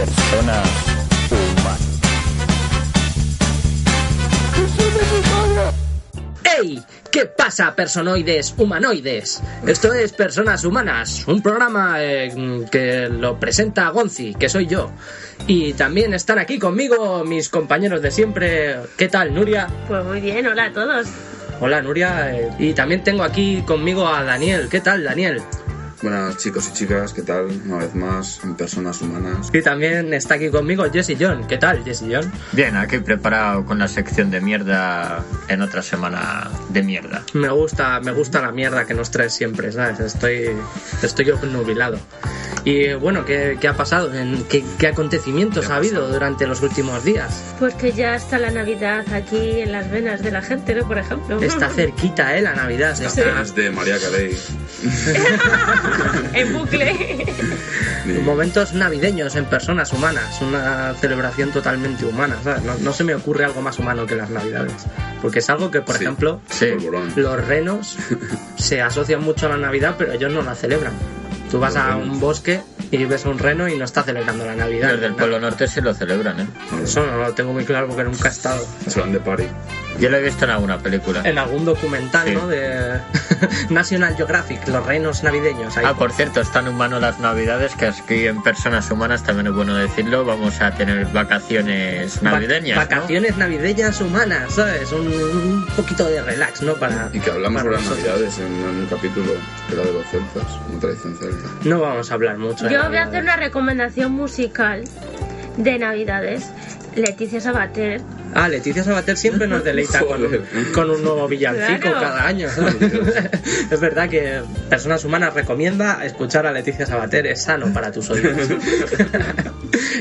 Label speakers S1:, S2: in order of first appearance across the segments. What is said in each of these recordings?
S1: persona humana.
S2: ¡Hey! ¿Qué pasa, personoides humanoides? Esto es Personas Humanas, un programa eh, que lo presenta Gonzi, que soy yo. Y también están aquí conmigo mis compañeros de siempre. ¿Qué tal, Nuria?
S3: Pues muy bien, hola a todos.
S2: Hola, Nuria. eh, y también tengo aquí conmigo a Daniel. ¿Qué tal, Daniel?
S4: Buenas chicos y chicas, ¿qué tal? Una vez más, en personas humanas.
S2: Y también está aquí conmigo Jesse John. ¿Qué tal, Jesse John?
S5: Bien, aquí preparado con la sección de mierda en otra semana de mierda.
S2: Me gusta, me gusta la mierda que nos traes siempre, ¿sabes? Estoy, estoy obnubilado. Y bueno, ¿qué, qué ha pasado? ¿En ¿Qué, qué acontecimientos ha habido durante los últimos días?
S3: Pues que ya está la Navidad aquí en las venas de la gente, ¿no? Por ejemplo.
S2: Está cerquita, ¿eh? La Navidad.
S4: Las
S2: está-
S4: penas de María Carey.
S3: en bucle.
S2: Momentos navideños en personas humanas, una celebración totalmente humana, ¿sabes? No, no se me ocurre algo más humano que las Navidades, porque es algo que, por
S4: Sí.
S2: ejemplo,
S5: Sí.
S4: Polvorón.
S2: los renos se asocian mucho a la Navidad, pero ellos no la celebran. Tú vas a un bosque y ves a un reno y no está celebrando la Navidad.
S5: Los del
S2: ¿no?
S5: Polo Norte sí lo celebran, ¿eh?
S2: Eso no lo tengo muy claro porque nunca he estado.
S4: Se van de party.
S5: Yo lo he visto en alguna película.
S2: En algún documental,
S5: Sí.
S2: ¿no? De National Geographic, los reinos navideños. Ahí.
S5: Ah, por cierto, es tan humano las navidades que aquí en Personas Humanas, también es bueno decirlo, vamos a tener vacaciones
S2: Va-
S5: navideñas. ¿no?
S2: Vacaciones navideñas humanas, ¿sabes? Un, un poquito de relax, ¿no? Para,
S4: Y que hablamos de
S2: para
S4: las
S2: nosotros.
S4: navidades en, en un capítulo que era de los celtas, una tradición celta.
S2: No vamos a hablar mucho. de
S3: Yo voy a
S2: Navidades.
S3: hacer una recomendación musical de Navidades. Leticia Sabater.
S2: Ah, Leticia Sabater siempre nos deleita con,
S4: Joder.
S2: con un nuevo villancico
S3: Claro.
S2: cada año. es verdad que Personas Humanas recomienda escuchar a Leticia Sabater, es sano para tus oídos.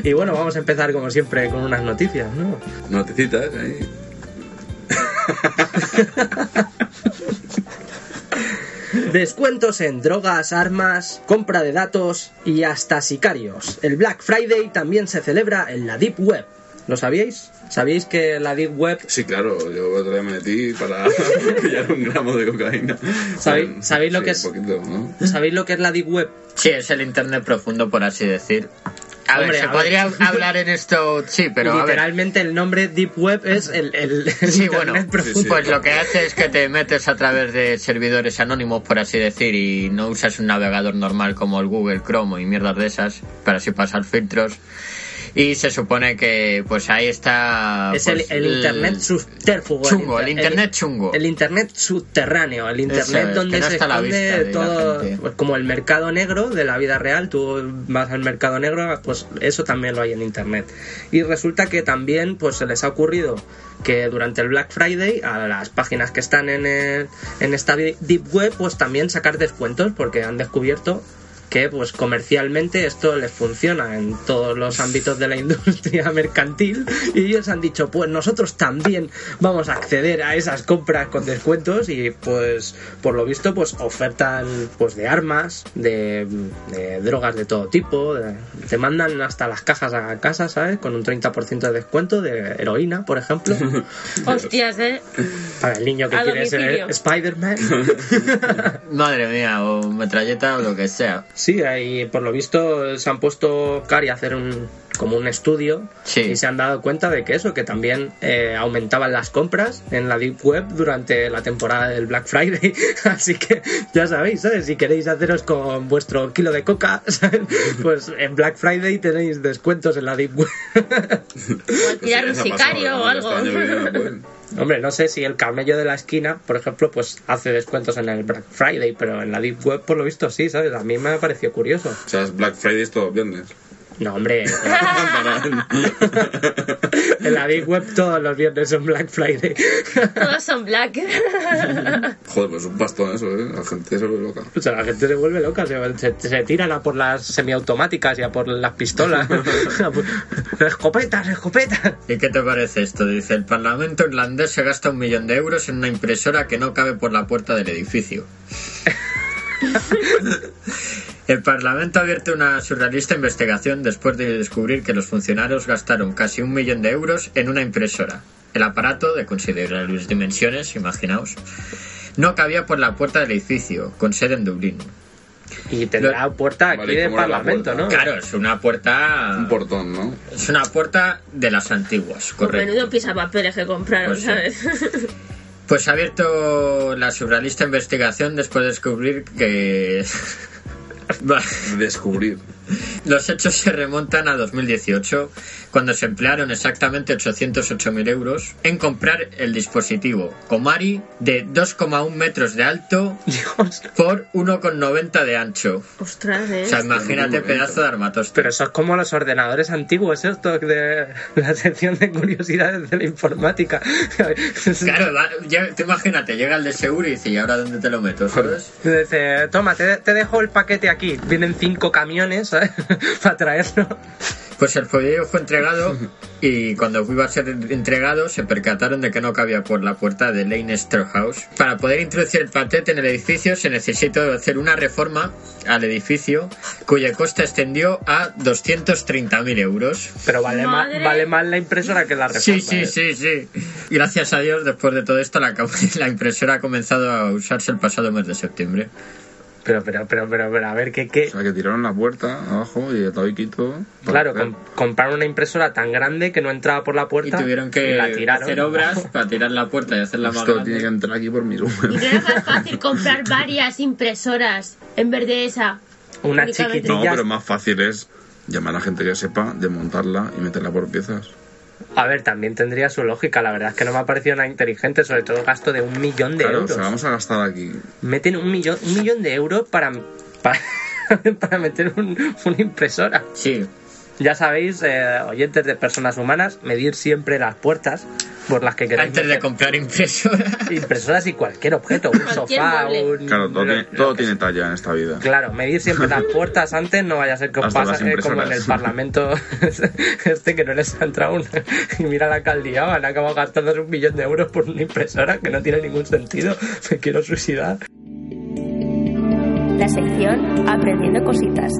S2: y bueno, vamos a empezar como siempre con unas noticias, ¿no?
S4: Noticitas ahí.
S2: Descuentos en drogas, armas, compra de datos y hasta sicarios. El Black Friday también se celebra en la Deep Web. ¿Lo sabíais? ¿Sabíais que la Deep Web...
S4: Sí, claro, yo otro día me metí para pillar un gramo de cocaína.
S2: ¿Sabéis- sabéis lo
S4: Sí,
S2: que es?
S4: Un poquito, ¿no?
S2: ¿Sabéis lo que es la Deep Web?
S5: Sí, es el Internet profundo, por así decir. A
S2: Hombre,
S5: ver, se
S2: a
S5: podría hablar en esto, sí, pero a ver.
S2: Literalmente el nombre Deep Web es el... el, el
S5: Sí,
S2: Internet
S5: bueno,
S2: profundo.
S5: pues lo que hace es que te metes a través de servidores anónimos, por así decir, y no usas un navegador normal como el Google Chrome y mierdas de esas, para así pasar filtros. Y se supone que, pues ahí está.
S2: Es el,
S5: pues,
S2: el internet subterfugio.
S5: Chungo, el
S2: inter-
S5: internet chungo.
S2: El internet subterráneo, el
S5: Eso
S2: internet
S5: es, que
S2: donde
S5: no
S2: se
S5: está a la
S2: esconde
S5: vista de la
S2: todo.
S5: gente.
S2: pues, como el mercado negro de la vida real, tú vas al mercado negro, pues eso también lo hay en internet. Y resulta que también pues se les ha ocurrido que durante el Black Friday a las páginas que están en, el- en esta di- deep web pues también sacar descuentos porque han descubierto que pues comercialmente esto les funciona en todos los ámbitos de la industria mercantil y ellos han dicho pues nosotros también vamos a acceder a esas compras con descuentos y pues por lo visto pues ofertan pues de armas de, de drogas de todo tipo de- te mandan hasta las cajas a casa sabes con un 30% de descuento de heroína por ejemplo
S3: Hostias, ¿eh?
S2: para el niño que
S3: A
S2: quiere
S3: domicilio.
S2: ser Spider-Man
S5: Madre mía, o metralleta o lo que sea.
S2: Sí, ahí por lo visto se han puesto Cari a hacer un como un estudio
S5: Sí.
S2: y se han dado cuenta de que eso, que también eh, aumentaban las compras en la Deep Web durante la temporada del Black Friday. Así que ya sabéis, ¿sabes? Si queréis haceros con vuestro kilo de coca, ¿sabes? pues en Black Friday tenéis descuentos en la Deep Web.
S3: O al tirar un
S4: Pues Sí, esa
S3: sicario o
S4: pasaba, ¿no?
S3: algo.
S4: Este año viviendo, bueno.
S2: Hombre, no sé si el camello de la esquina, por ejemplo, pues hace descuentos en el Black Friday, pero en la Deep Web por lo visto sí, ¿sabes? A mí me ha parecido curioso.
S4: O sea, es Black Friday es todo viernes.
S2: No, hombre.
S4: Para-
S2: En la Big Web todos los viernes son Black Friday.
S3: Todos son black.
S4: Joder, pues un pastón eso, ¿eh? La gente se vuelve loca.
S2: O sea, la gente se vuelve loca, se, se, se tiran a por las semiautomáticas y a por las pistolas. A por- escopetas, escopetas.
S5: ¿Y qué te parece esto? Dice, el Parlamento irlandés se gasta un millón de euros en una impresora que no cabe por la puerta del edificio. El Parlamento ha abierto una surrealista investigación después de descubrir que los funcionarios gastaron casi un millón de euros en una impresora. El aparato, de considerables dimensiones, imaginaos, no cabía por la puerta del edificio, con sede en Dublín.
S2: Y tendrá puerta aquí
S4: Vale,
S2: de
S4: ¿cómo era la
S2: parlamento,
S4: puerta?
S2: ¿no?
S5: Claro, es una puerta.
S4: Un portón, ¿no?
S5: Es una puerta de las antiguas,
S3: Con
S5: correcto.
S3: menudo pisapapeles que compraron,
S5: Pues sí.
S3: ¿sabes?
S5: Pues ha abierto la surrealista investigación después de descubrir que
S4: Descubrir.
S5: los hechos se remontan a 2018, cuando se emplearon exactamente 808.000 euros en comprar el dispositivo Comari de 2,1 metros de alto
S2: Dios.
S5: por 1,90 de ancho.
S3: Ostras, ¿eh?
S5: O
S2: Este
S5: sea, imagínate pedazo de armatoste.
S2: Pero eso es como los ordenadores antiguos, estos de la sección de curiosidades de la informática.
S5: Claro, va- ya- tú imagínate, llega el de seguro y dice, ¿y ahora dónde te lo meto? ¿Sabes?
S2: Dice, toma, te, te dejo el paquete aquí. Vienen cinco camiones, ¿sabes? Para traerlo.
S5: Pues el folleto fue entregado y cuando iba a ser entregado se percataron de que no cabía por la puerta de Lane Strohouse. Para poder introducir el patente en el edificio se necesitó hacer una reforma al edificio cuya costa extendió a 230.000 euros.
S2: Pero vale, ma-
S3: Madre.
S2: vale más la impresora que la reforma.
S5: Sí, sí,
S2: ¿eh?
S5: sí, sí. Gracias a Dios, después de todo esto, la, ca- la impresora ha comenzado a usarse el pasado mes de septiembre.
S2: Pero, pero, pero, pero, pero, a ver, ¿qué, qué?
S4: O sea, que tiraron la puerta abajo y estaba quito.
S2: Claro, com- compraron una impresora tan grande que no entraba por la
S5: Y
S2: puerta
S5: tuvieron
S2: y
S5: que
S2: la tiraron.
S5: hacer obras para tirar la puerta y hacerla más
S4: Esto tiene que
S5: grande.
S4: entrar aquí por mi
S3: Y
S4: número.
S3: que era más fácil comprar varias impresoras en vez de esa.
S2: Una
S3: Únicamente.
S2: chiquitilla.
S4: No, pero más fácil es llamar a gente que sepa, desmontarla y meterla por piezas.
S2: A ver, también tendría su lógica. La verdad es que no me ha parecido nada inteligente, sobre todo el gasto de un millón de
S4: Claro, o
S2: euros.
S4: sea, vamos a gastar aquí.
S2: Meten un millón, un millón de euros para, para, para meter un- una impresora.
S5: Sí,
S2: Ya sabéis, eh, oyentes de personas humanas, medir siempre las puertas por las que queráis.
S5: antes de
S2: meter
S5: comprar impresora.
S2: impresoras y cualquier objeto, un
S3: Cualquier
S2: sofá,
S3: mueble.
S2: un.
S4: Claro, todo,
S2: lo-
S4: tiene,
S2: lo
S4: todo
S2: que
S4: tiene talla en esta vida.
S2: Claro, medir siempre las puertas antes, no vaya a ser que os
S4: Hasta
S2: pase
S4: las
S2: eh, como en el
S4: impresoras.
S2: Parlamento este que no les ha entrado una. Y mira la caldía, han acabado gastando un millón de euros por una impresora que no tiene ningún sentido. Me quiero suicidar.
S6: La sección Aprendiendo Cositas.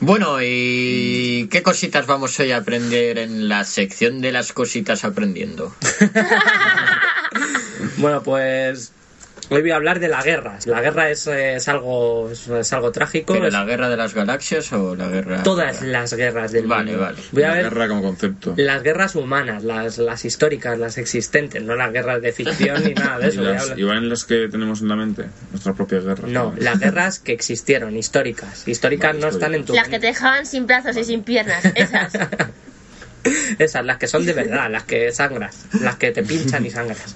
S5: Bueno, ¿y qué cositas vamos hoy a aprender en la sección de las cositas aprendiendo?
S2: Bueno, pues hoy voy a hablar de la guerra. La guerra es, eh, es algo es, es algo trágico.
S5: ¿Pero
S2: es-
S5: la guerra de las galaxias o la guerra...?
S2: Todas las guerras del
S5: Vale,
S2: mundo.
S5: vale.
S2: Voy a
S4: La
S2: ver
S4: guerra como concepto.
S2: las guerras humanas, las, las históricas, las existentes, no las guerras de ficción ni nada de
S4: Y
S2: eso. voy a
S4: las,
S2: hablar-
S4: igual en las que tenemos en la mente, nuestras propias guerras.
S2: No, las guerras que existieron, históricas. Históricas
S4: Vale,
S2: no están en tu.
S3: Las que te dejaban sin brazos y sin piernas, esas.
S2: Esas, las que son de verdad, las que sangras, las que te pinchan y sangras.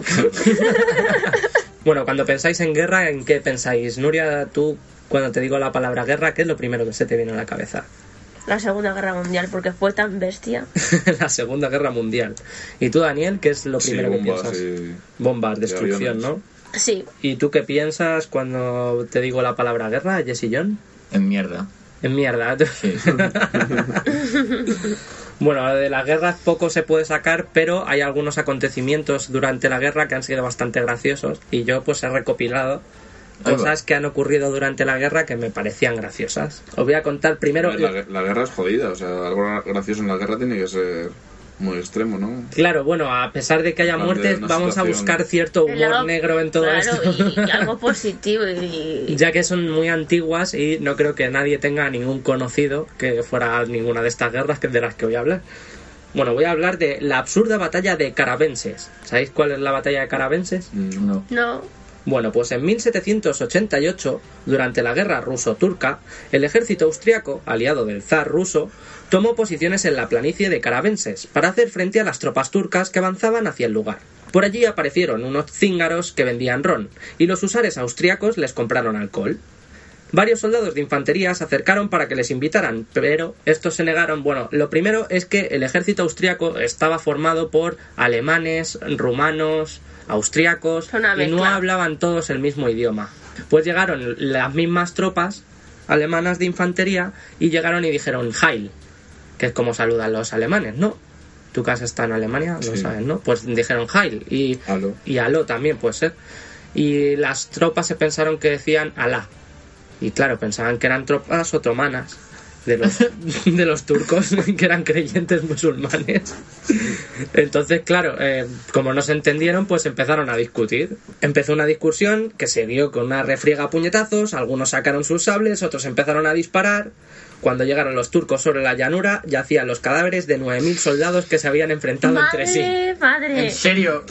S2: bueno, cuando pensáis en guerra, ¿en qué pensáis? Nuria, tú, cuando te digo la palabra guerra, ¿qué es lo primero que se te viene a la cabeza?
S3: La Segunda Guerra Mundial, porque fue tan bestia.
S2: la Segunda Guerra Mundial. ¿Y tú, Daniel, qué es lo
S4: Sí,
S2: primero
S4: bombas,
S2: que piensas?
S4: sí.
S2: Bombas,
S4: Y
S2: destrucción,
S4: aviones.
S2: ¿no?
S3: Sí,
S2: ¿Y tú qué piensas cuando te digo la palabra guerra, Jessy John?
S5: En mierda.
S2: En mierda.
S5: Sí.
S2: Bueno, de las guerras poco se puede sacar, pero hay algunos acontecimientos durante la guerra que han sido bastante graciosos y yo pues he recopilado
S5: Ahí va.
S2: cosas que han ocurrido durante la guerra que me parecían graciosas. Os voy a contar primero... eh,
S4: la, gue- la guerra es jodida, o sea, algo gracioso en la guerra tiene que ser muy extremo, ¿no?
S2: Claro, bueno, a pesar de que haya
S4: Cuando
S2: muertes,
S4: una
S2: vamos a
S4: situación-
S2: buscar cierto humor
S3: El lado-
S2: negro en todo
S3: claro,
S2: esto.
S3: y, y algo positivo. Y,
S2: ya que son muy antiguas y no creo que nadie tenga ningún conocido que fuera a ninguna de estas guerras que- de las que voy a hablar. Bueno, voy a hablar de la absurda batalla de Carabenses. ¿Sabéis cuál es la batalla de Carabenses?
S5: Mm, No.
S3: No,
S2: Bueno, pues en 1788, durante la guerra ruso-turca, el ejército austriaco, aliado del zar ruso, tomó posiciones en la planicie de Carabenses para hacer frente a las tropas turcas que avanzaban hacia el lugar. Por allí aparecieron unos cíngaros que vendían ron, y los usares austriacos les compraron alcohol. Varios soldados de infantería se acercaron para que les invitaran, pero estos se negaron. Bueno, lo primero es que el ejército austriaco estaba formado por alemanes, rumanos, austriacos,
S3: Una
S2: y no
S3: mezcla.
S2: hablaban todos el mismo idioma. Pues llegaron las mismas tropas alemanas de infantería y llegaron y dijeron Heil, que es como saludan los alemanes, ¿no? Tu casa está en Alemania, lo
S4: Sí.
S2: sabes, ¿no? Pues dijeron Heil y
S4: Aló.
S2: y Aló también puede ser. Y las tropas se pensaron que decían Alá. Y claro, pensaban que eran tropas otomanas. de los, de los turcos que eran creyentes musulmanes. Entonces, claro, eh, como no se entendieron, pues empezaron a discutir. Empezó una discusión que se dio con una refriega a puñetazos, algunos sacaron sus sables, otros empezaron a disparar. Cuando llegaron los turcos sobre la llanura, yacían los cadáveres de 9.000 soldados que se habían enfrentado entre sí.
S3: Madre, madre.
S5: En serio,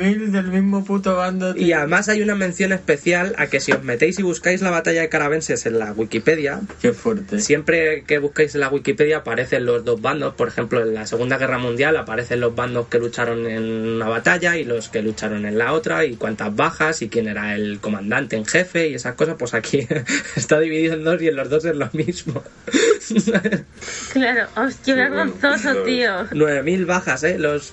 S5: 9000 del mismo puto bando. tío.
S2: Y además hay una mención especial a que si os metéis y buscáis la batalla de Carabenses en la Wikipedia,
S5: Qué fuerte.
S2: siempre que busquéis en la Wikipedia aparecen los dos bandos. Por ejemplo, en la Segunda Guerra Mundial aparecen los bandos que lucharon en una batalla y los que lucharon en la otra y cuántas bajas y quién era el comandante en jefe y esas cosas. Pues aquí está dividido en dos y en los dos es lo mismo.
S3: Claro, hostia, qué
S4: Sí, bueno,
S3: vergonzoso,
S4: claro.
S3: tío.
S2: 9.000 bajas, ¿eh? Los...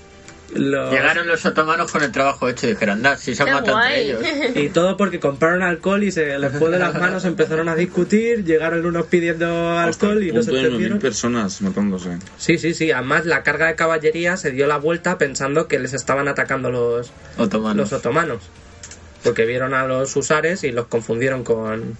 S2: los...
S5: Llegaron los otomanos con el trabajo hecho y dijeron, anda, si se han
S3: Qué
S5: matado entre
S3: guay.
S5: ellos.
S2: Y todo porque compraron alcohol y se les fue de las manos, empezaron a discutir, llegaron unos pidiendo alcohol y no se
S4: Punto de 9.000
S2: entendieron.
S4: personas matándose.
S2: Sí, sí, sí. Además, la carga de caballería se dio la vuelta pensando que les estaban atacando los,
S5: Otomanos.
S2: los otomanos. Porque vieron a los usares y los confundieron con.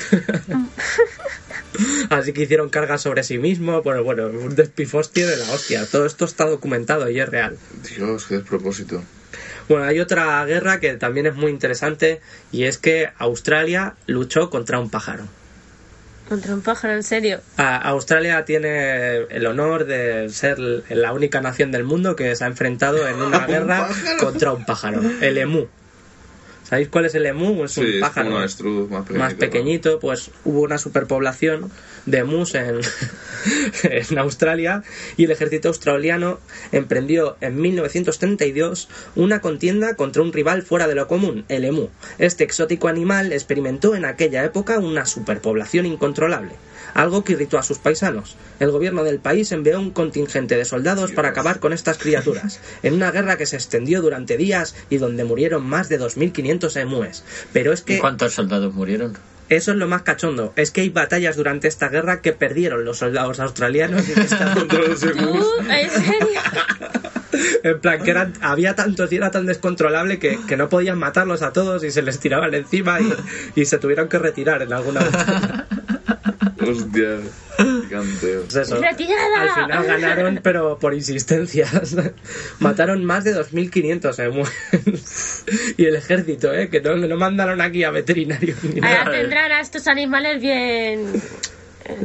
S2: Así que hicieron carga sobre sí mismo. Bueno, bueno, un despifostio de la hostia. Todo esto está documentado y es real.
S4: Dios, qué despropósito.
S2: Bueno, hay otra guerra que también es muy interesante y es que Australia luchó contra un pájaro.
S3: Contra un pájaro, en serio.
S2: A- Australia tiene el honor de ser l- la única nación del mundo que se ha enfrentado en una guerra contra un pájaro, el emú. ¿Sabéis cuál es el emú? Es
S4: Sí,
S2: un
S4: es como
S2: pájaro
S4: un avestruz más pequeñito.
S2: más pequeñito, pues hubo una superpoblación de mus en, en Australia y el ejército australiano emprendió en 1932 una contienda contra un rival fuera de lo común, el emú. Este exótico animal experimentó en aquella época una superpoblación incontrolable. Algo que irritó a sus paisanos. El gobierno del país envió un contingente de soldados para
S4: Dios.
S2: acabar con estas criaturas, en una guerra que se extendió durante días y donde murieron más de 2.500 emúes. Pero es
S5: ¿Y
S2: que
S5: cuántos soldados murieron?
S2: eso es lo más cachondo. Es que hay batallas durante esta guerra que perdieron los soldados australianos este y que estaban
S3: ¿Tú? ¿En serio?
S2: en plan que eran, había tantos y era tan descontrolable que, que no podían matarlos a todos y se les tiraban encima y, y se tuvieron que retirar en alguna batalla.
S4: Hostia, gigante.
S2: Pues eso.
S3: ¡Retirada!
S2: Al final ganaron, pero por insistencias. Mataron más de 2.500 emúes. eh, y el ejército, ¿eh? que no, no mandaron aquí a veterinarios ni nada.
S3: Ahora tendrán a estos animales bien...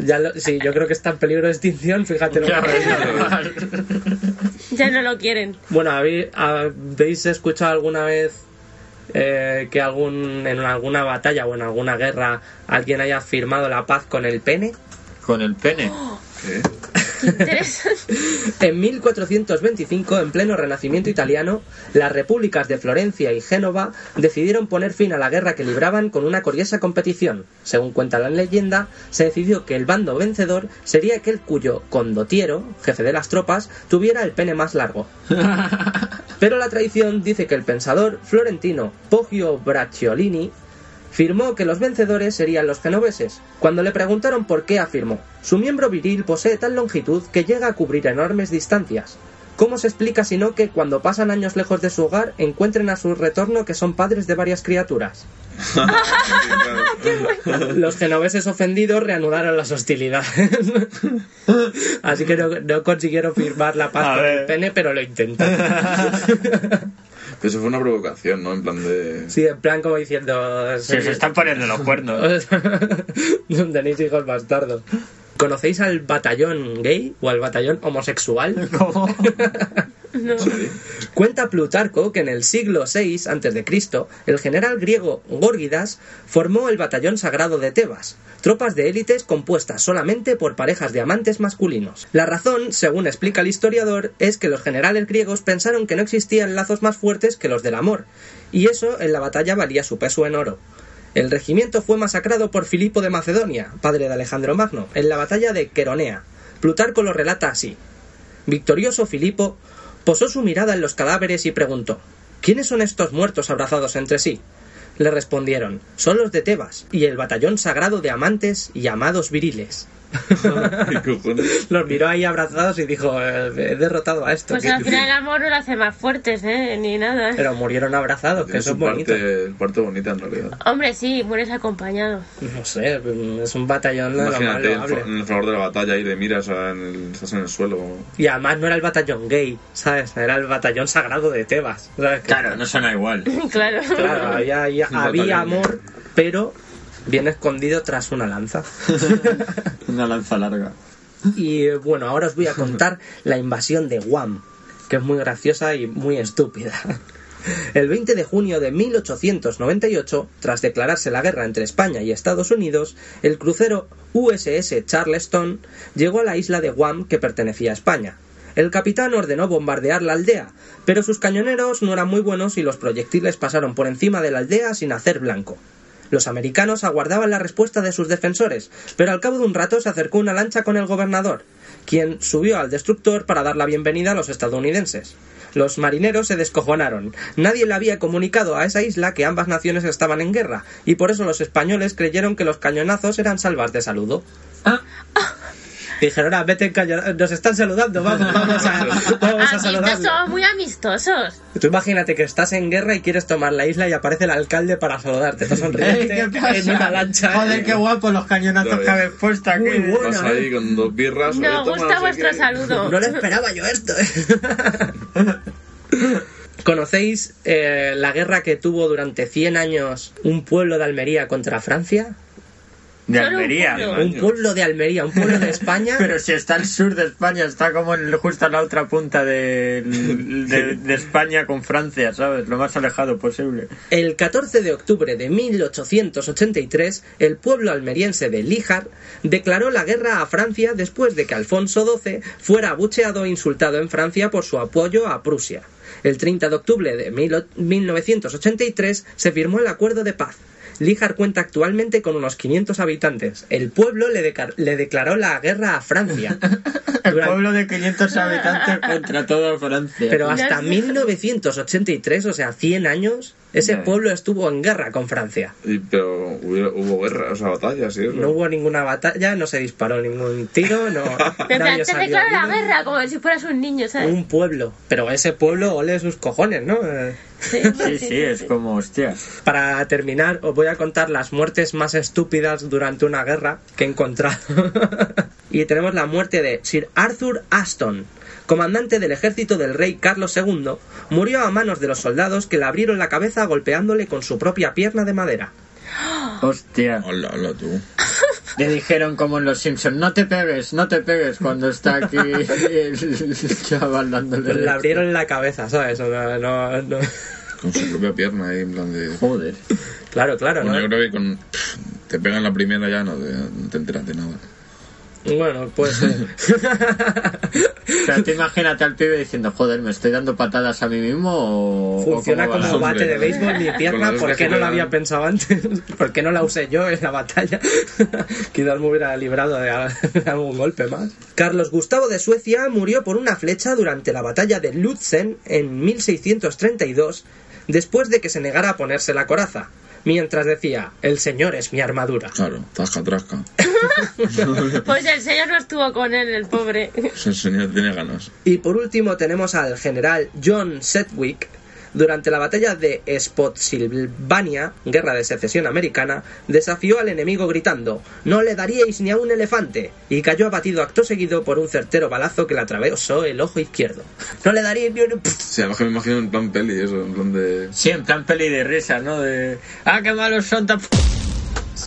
S2: Ya lo- sí, yo creo que está en peligro de extinción, fíjate lo que
S5: Ya ves,
S2: es.
S5: normal.
S3: Ya no lo quieren.
S2: Bueno, ¿habéis, habéis escuchado alguna vez eh, que algún, en alguna batalla o en alguna guerra alguien haya firmado la paz con el pene?
S5: Con el pene.
S4: ¿Qué?
S3: Qué interesante.
S2: En 1425, en pleno Renacimiento italiano, las repúblicas de Florencia y Génova decidieron poner fin a la guerra que libraban con una curiosa competición. Según cuenta la leyenda, se decidió que el bando vencedor sería aquel cuyo condotiero, jefe de las tropas, tuviera el pene más largo. Pero la tradición dice que el pensador florentino Poggio Bracciolini firmó que los vencedores serían los genoveses. Cuando le preguntaron por qué, afirmó: Su miembro viril posee tal longitud que llega a cubrir enormes distancias. ¿Cómo se explica si no que cuando pasan años lejos de su hogar encuentren a su retorno que son padres de varias criaturas? Los genoveses ofendidos reanudaron las hostilidades. Así que no, no consiguieron firmar la paz
S5: A
S2: con el
S5: ver.
S2: pene, pero lo intentaron.
S4: Pero eso fue una provocación, ¿no? En plan de...
S2: Sí, en plan como diciendo...
S5: Se, se están poniendo los cuernos.
S2: Tenéis hijos bastardos. ¿Conocéis al batallón gay o al batallón homosexual?
S5: ¿Cómo?
S3: No.
S2: Cuenta Plutarco que en el siglo VI a.C., el general griego Górgidas formó el batallón sagrado de Tebas, tropas de élites compuestas solamente por parejas de amantes masculinos. La razón, según explica el historiador, es que los generales griegos pensaron que no existían lazos más fuertes que los del amor, y eso en la batalla valía su peso en oro. El regimiento fue masacrado por Filipo de Macedonia, padre de Alejandro Magno, en la batalla de Queronea. Plutarco lo relata así. Victorioso Filipo posó su mirada en los cadáveres y preguntó ¿Quiénes son estos muertos abrazados entre sí? Le respondieron Son los de Tebas y el batallón sagrado de amantes y amados viriles.
S7: ¿Qué cojones?
S2: Los miró ahí abrazados y dijo, "Eh, he derrotado a esto.
S8: Pues al final el amor no lo hace más fuertes, ¿eh? Ni nada.
S2: Pero murieron abrazados, que
S7: Tiene
S2: eso es
S7: su
S2: bonito.
S7: parte, parte bonita en realidad.
S8: Hombre, sí, mueres acompañado.
S2: No sé, es un batallón de lo más
S7: Imagínate en,
S2: loable.
S7: en el favor de la batalla ir de miras, o sea, en el- estás en el suelo.
S2: Y además no era el batallón gay, ¿sabes? Era el batallón sagrado de Tebas. ¿sabes? Que-
S5: Claro, no suena igual.
S8: claro.
S2: Claro, había, había-
S7: Un
S2: había
S7: batallón
S2: amor, pero bien escondido tras una lanza.
S5: Una lanza larga.
S2: y eh, bueno, ahora os voy a contar la invasión de Guam, que es muy graciosa y muy estúpida. El 20 de junio de 1898, tras declararse la guerra entre España y Estados Unidos, el crucero USS Charleston llegó a la isla de Guam que pertenecía a España. El capitán ordenó bombardear la aldea, pero sus cañoneros no eran muy buenos y los proyectiles pasaron por encima de la aldea sin hacer blanco. Los americanos aguardaban la respuesta de sus defensores, pero al cabo de un rato se acercó una lancha con el gobernador, quien subió al destructor para dar la bienvenida a los estadounidenses. Los marineros se descojonaron. Nadie le había comunicado a esa isla que ambas naciones estaban en guerra, y por eso los españoles creyeron que los cañonazos eran salvas de saludo. Dijeron, "Ah, vete en caño- nos están saludando, vamos, vamos a,
S8: Ah,
S2: vamos a
S8: Amistosos,
S2: saludarlos".
S8: muy amistosos.
S2: Tú imagínate que estás en guerra y quieres tomar la isla y aparece el alcalde para saludarte. Estás
S9: Ey,
S2: sonriente
S9: ¿Qué pasa?
S2: Este, en una lancha. ¿eh?
S9: Joder, qué guapo los cañonazos
S7: Claro.
S9: que habéis puesto aquí.
S2: Muy bueno. mm,
S7: Vas ahí con dos birras. oye,
S8: Nos
S7: toma, no
S8: gusta
S7: sé
S8: vuestro
S7: qué.
S8: saludo.
S2: No lo esperaba yo esto. ¿eh? ¿Conocéis eh, la guerra que tuvo durante 100 años un pueblo de Almería contra Francia?
S5: De
S8: Solo un
S5: Almería.
S8: pueblo.
S2: Un pueblo de Almería, un pueblo de España.
S5: Pero si está al sur de España, está como en, justo en la otra punta de, de, de España con Francia, ¿sabes? Lo más alejado posible.
S2: El 14 de octubre de 1883, el pueblo almeriense de Líjar declaró la guerra a Francia después de que Alfonso XII fuera abucheado e insultado en Francia por su apoyo a Prusia. El 30 de octubre de 1983 se firmó el Acuerdo de Paz. Líjar cuenta actualmente con unos 500 habitantes. El pueblo le, deca- le declaró la guerra a Francia.
S5: El
S2: Durante-
S5: pueblo de 500 habitantes contra toda Francia.
S2: pero
S8: Las-
S2: hasta 1983, o sea, 100 años, ese
S5: Ya.
S2: pueblo estuvo en guerra con Francia.
S7: Y, pero hubo, hubo guerra, o sea, batallas, ¿sí?
S2: No hubo ninguna batalla, no se disparó ningún tiro, no.
S8: Pero en plan,
S2: nadie
S8: te
S2: salió
S8: declaro la
S2: herido.
S8: guerra como si fueras un niño, ¿sabes?
S2: Un pueblo, pero ese pueblo ole sus cojones, ¿no? Eh,
S8: Sí,
S5: Sí, sí, es como, hostia.
S2: Para terminar, os voy a contar las muertes más estúpidas durante una guerra que he encontrado. y tenemos la muerte de Sir Arthur Aston, comandante del ejército del rey Carlos II, murió a manos de los soldados que le abrieron la cabeza golpeándole con su propia pierna de madera.
S5: Hostia.
S7: Hola, hola, tú.
S5: Le dijeron como en Los Simpsons, no te pegues, no te pegues cuando está aquí el chaval dándole.
S2: Le abrieron la cabeza, ¿sabes? No, no- no-
S7: Con su propia pierna ahí, en plan de.
S5: Joder.
S2: Claro, claro,
S7: Bueno,
S2: ¿no?
S7: yo creo que con. Te pegan la primera ya, no te, no te enteras de nada.
S2: Bueno, pues...
S5: O sea, tú imagínate al pibe diciendo, joder, ¿me estoy dando patadas a mí mismo o- o
S2: Funciona
S5: cómo va
S2: como
S5: la-
S7: hombre,
S2: bate de
S7: ¿no?
S2: béisbol mi
S7: Con la
S2: pierna,
S7: dos
S2: ¿por
S7: que
S2: qué no la
S7: generan.
S2: había pensado antes? ¿Por qué no la usé yo en la batalla? Quizás me hubiera librado de al- algún golpe más. Carlos Gustavo de Suecia murió por una flecha durante la batalla de Lutzen en 1632, después de que se negara a ponerse la coraza, mientras decía, el señor es mi armadura.
S7: Claro, tasca, tasca.
S8: Pues el señor no estuvo con él, el pobre.
S7: Ese señor tiene ganas.
S2: Y por último tenemos al general John Sedgwick. Durante la batalla de Spotsylvania, guerra de secesión americana, desafió al enemigo gritando No le daríais ni a un elefante y cayó abatido acto seguido por un certero balazo que le atravesó el ojo izquierdo. No le daríais ni un...
S7: Sí, además que me imagino en plan peli, eso, en plan de.
S5: Sí, en plan peli de risa, ¿no? De, ah, qué malos son tan...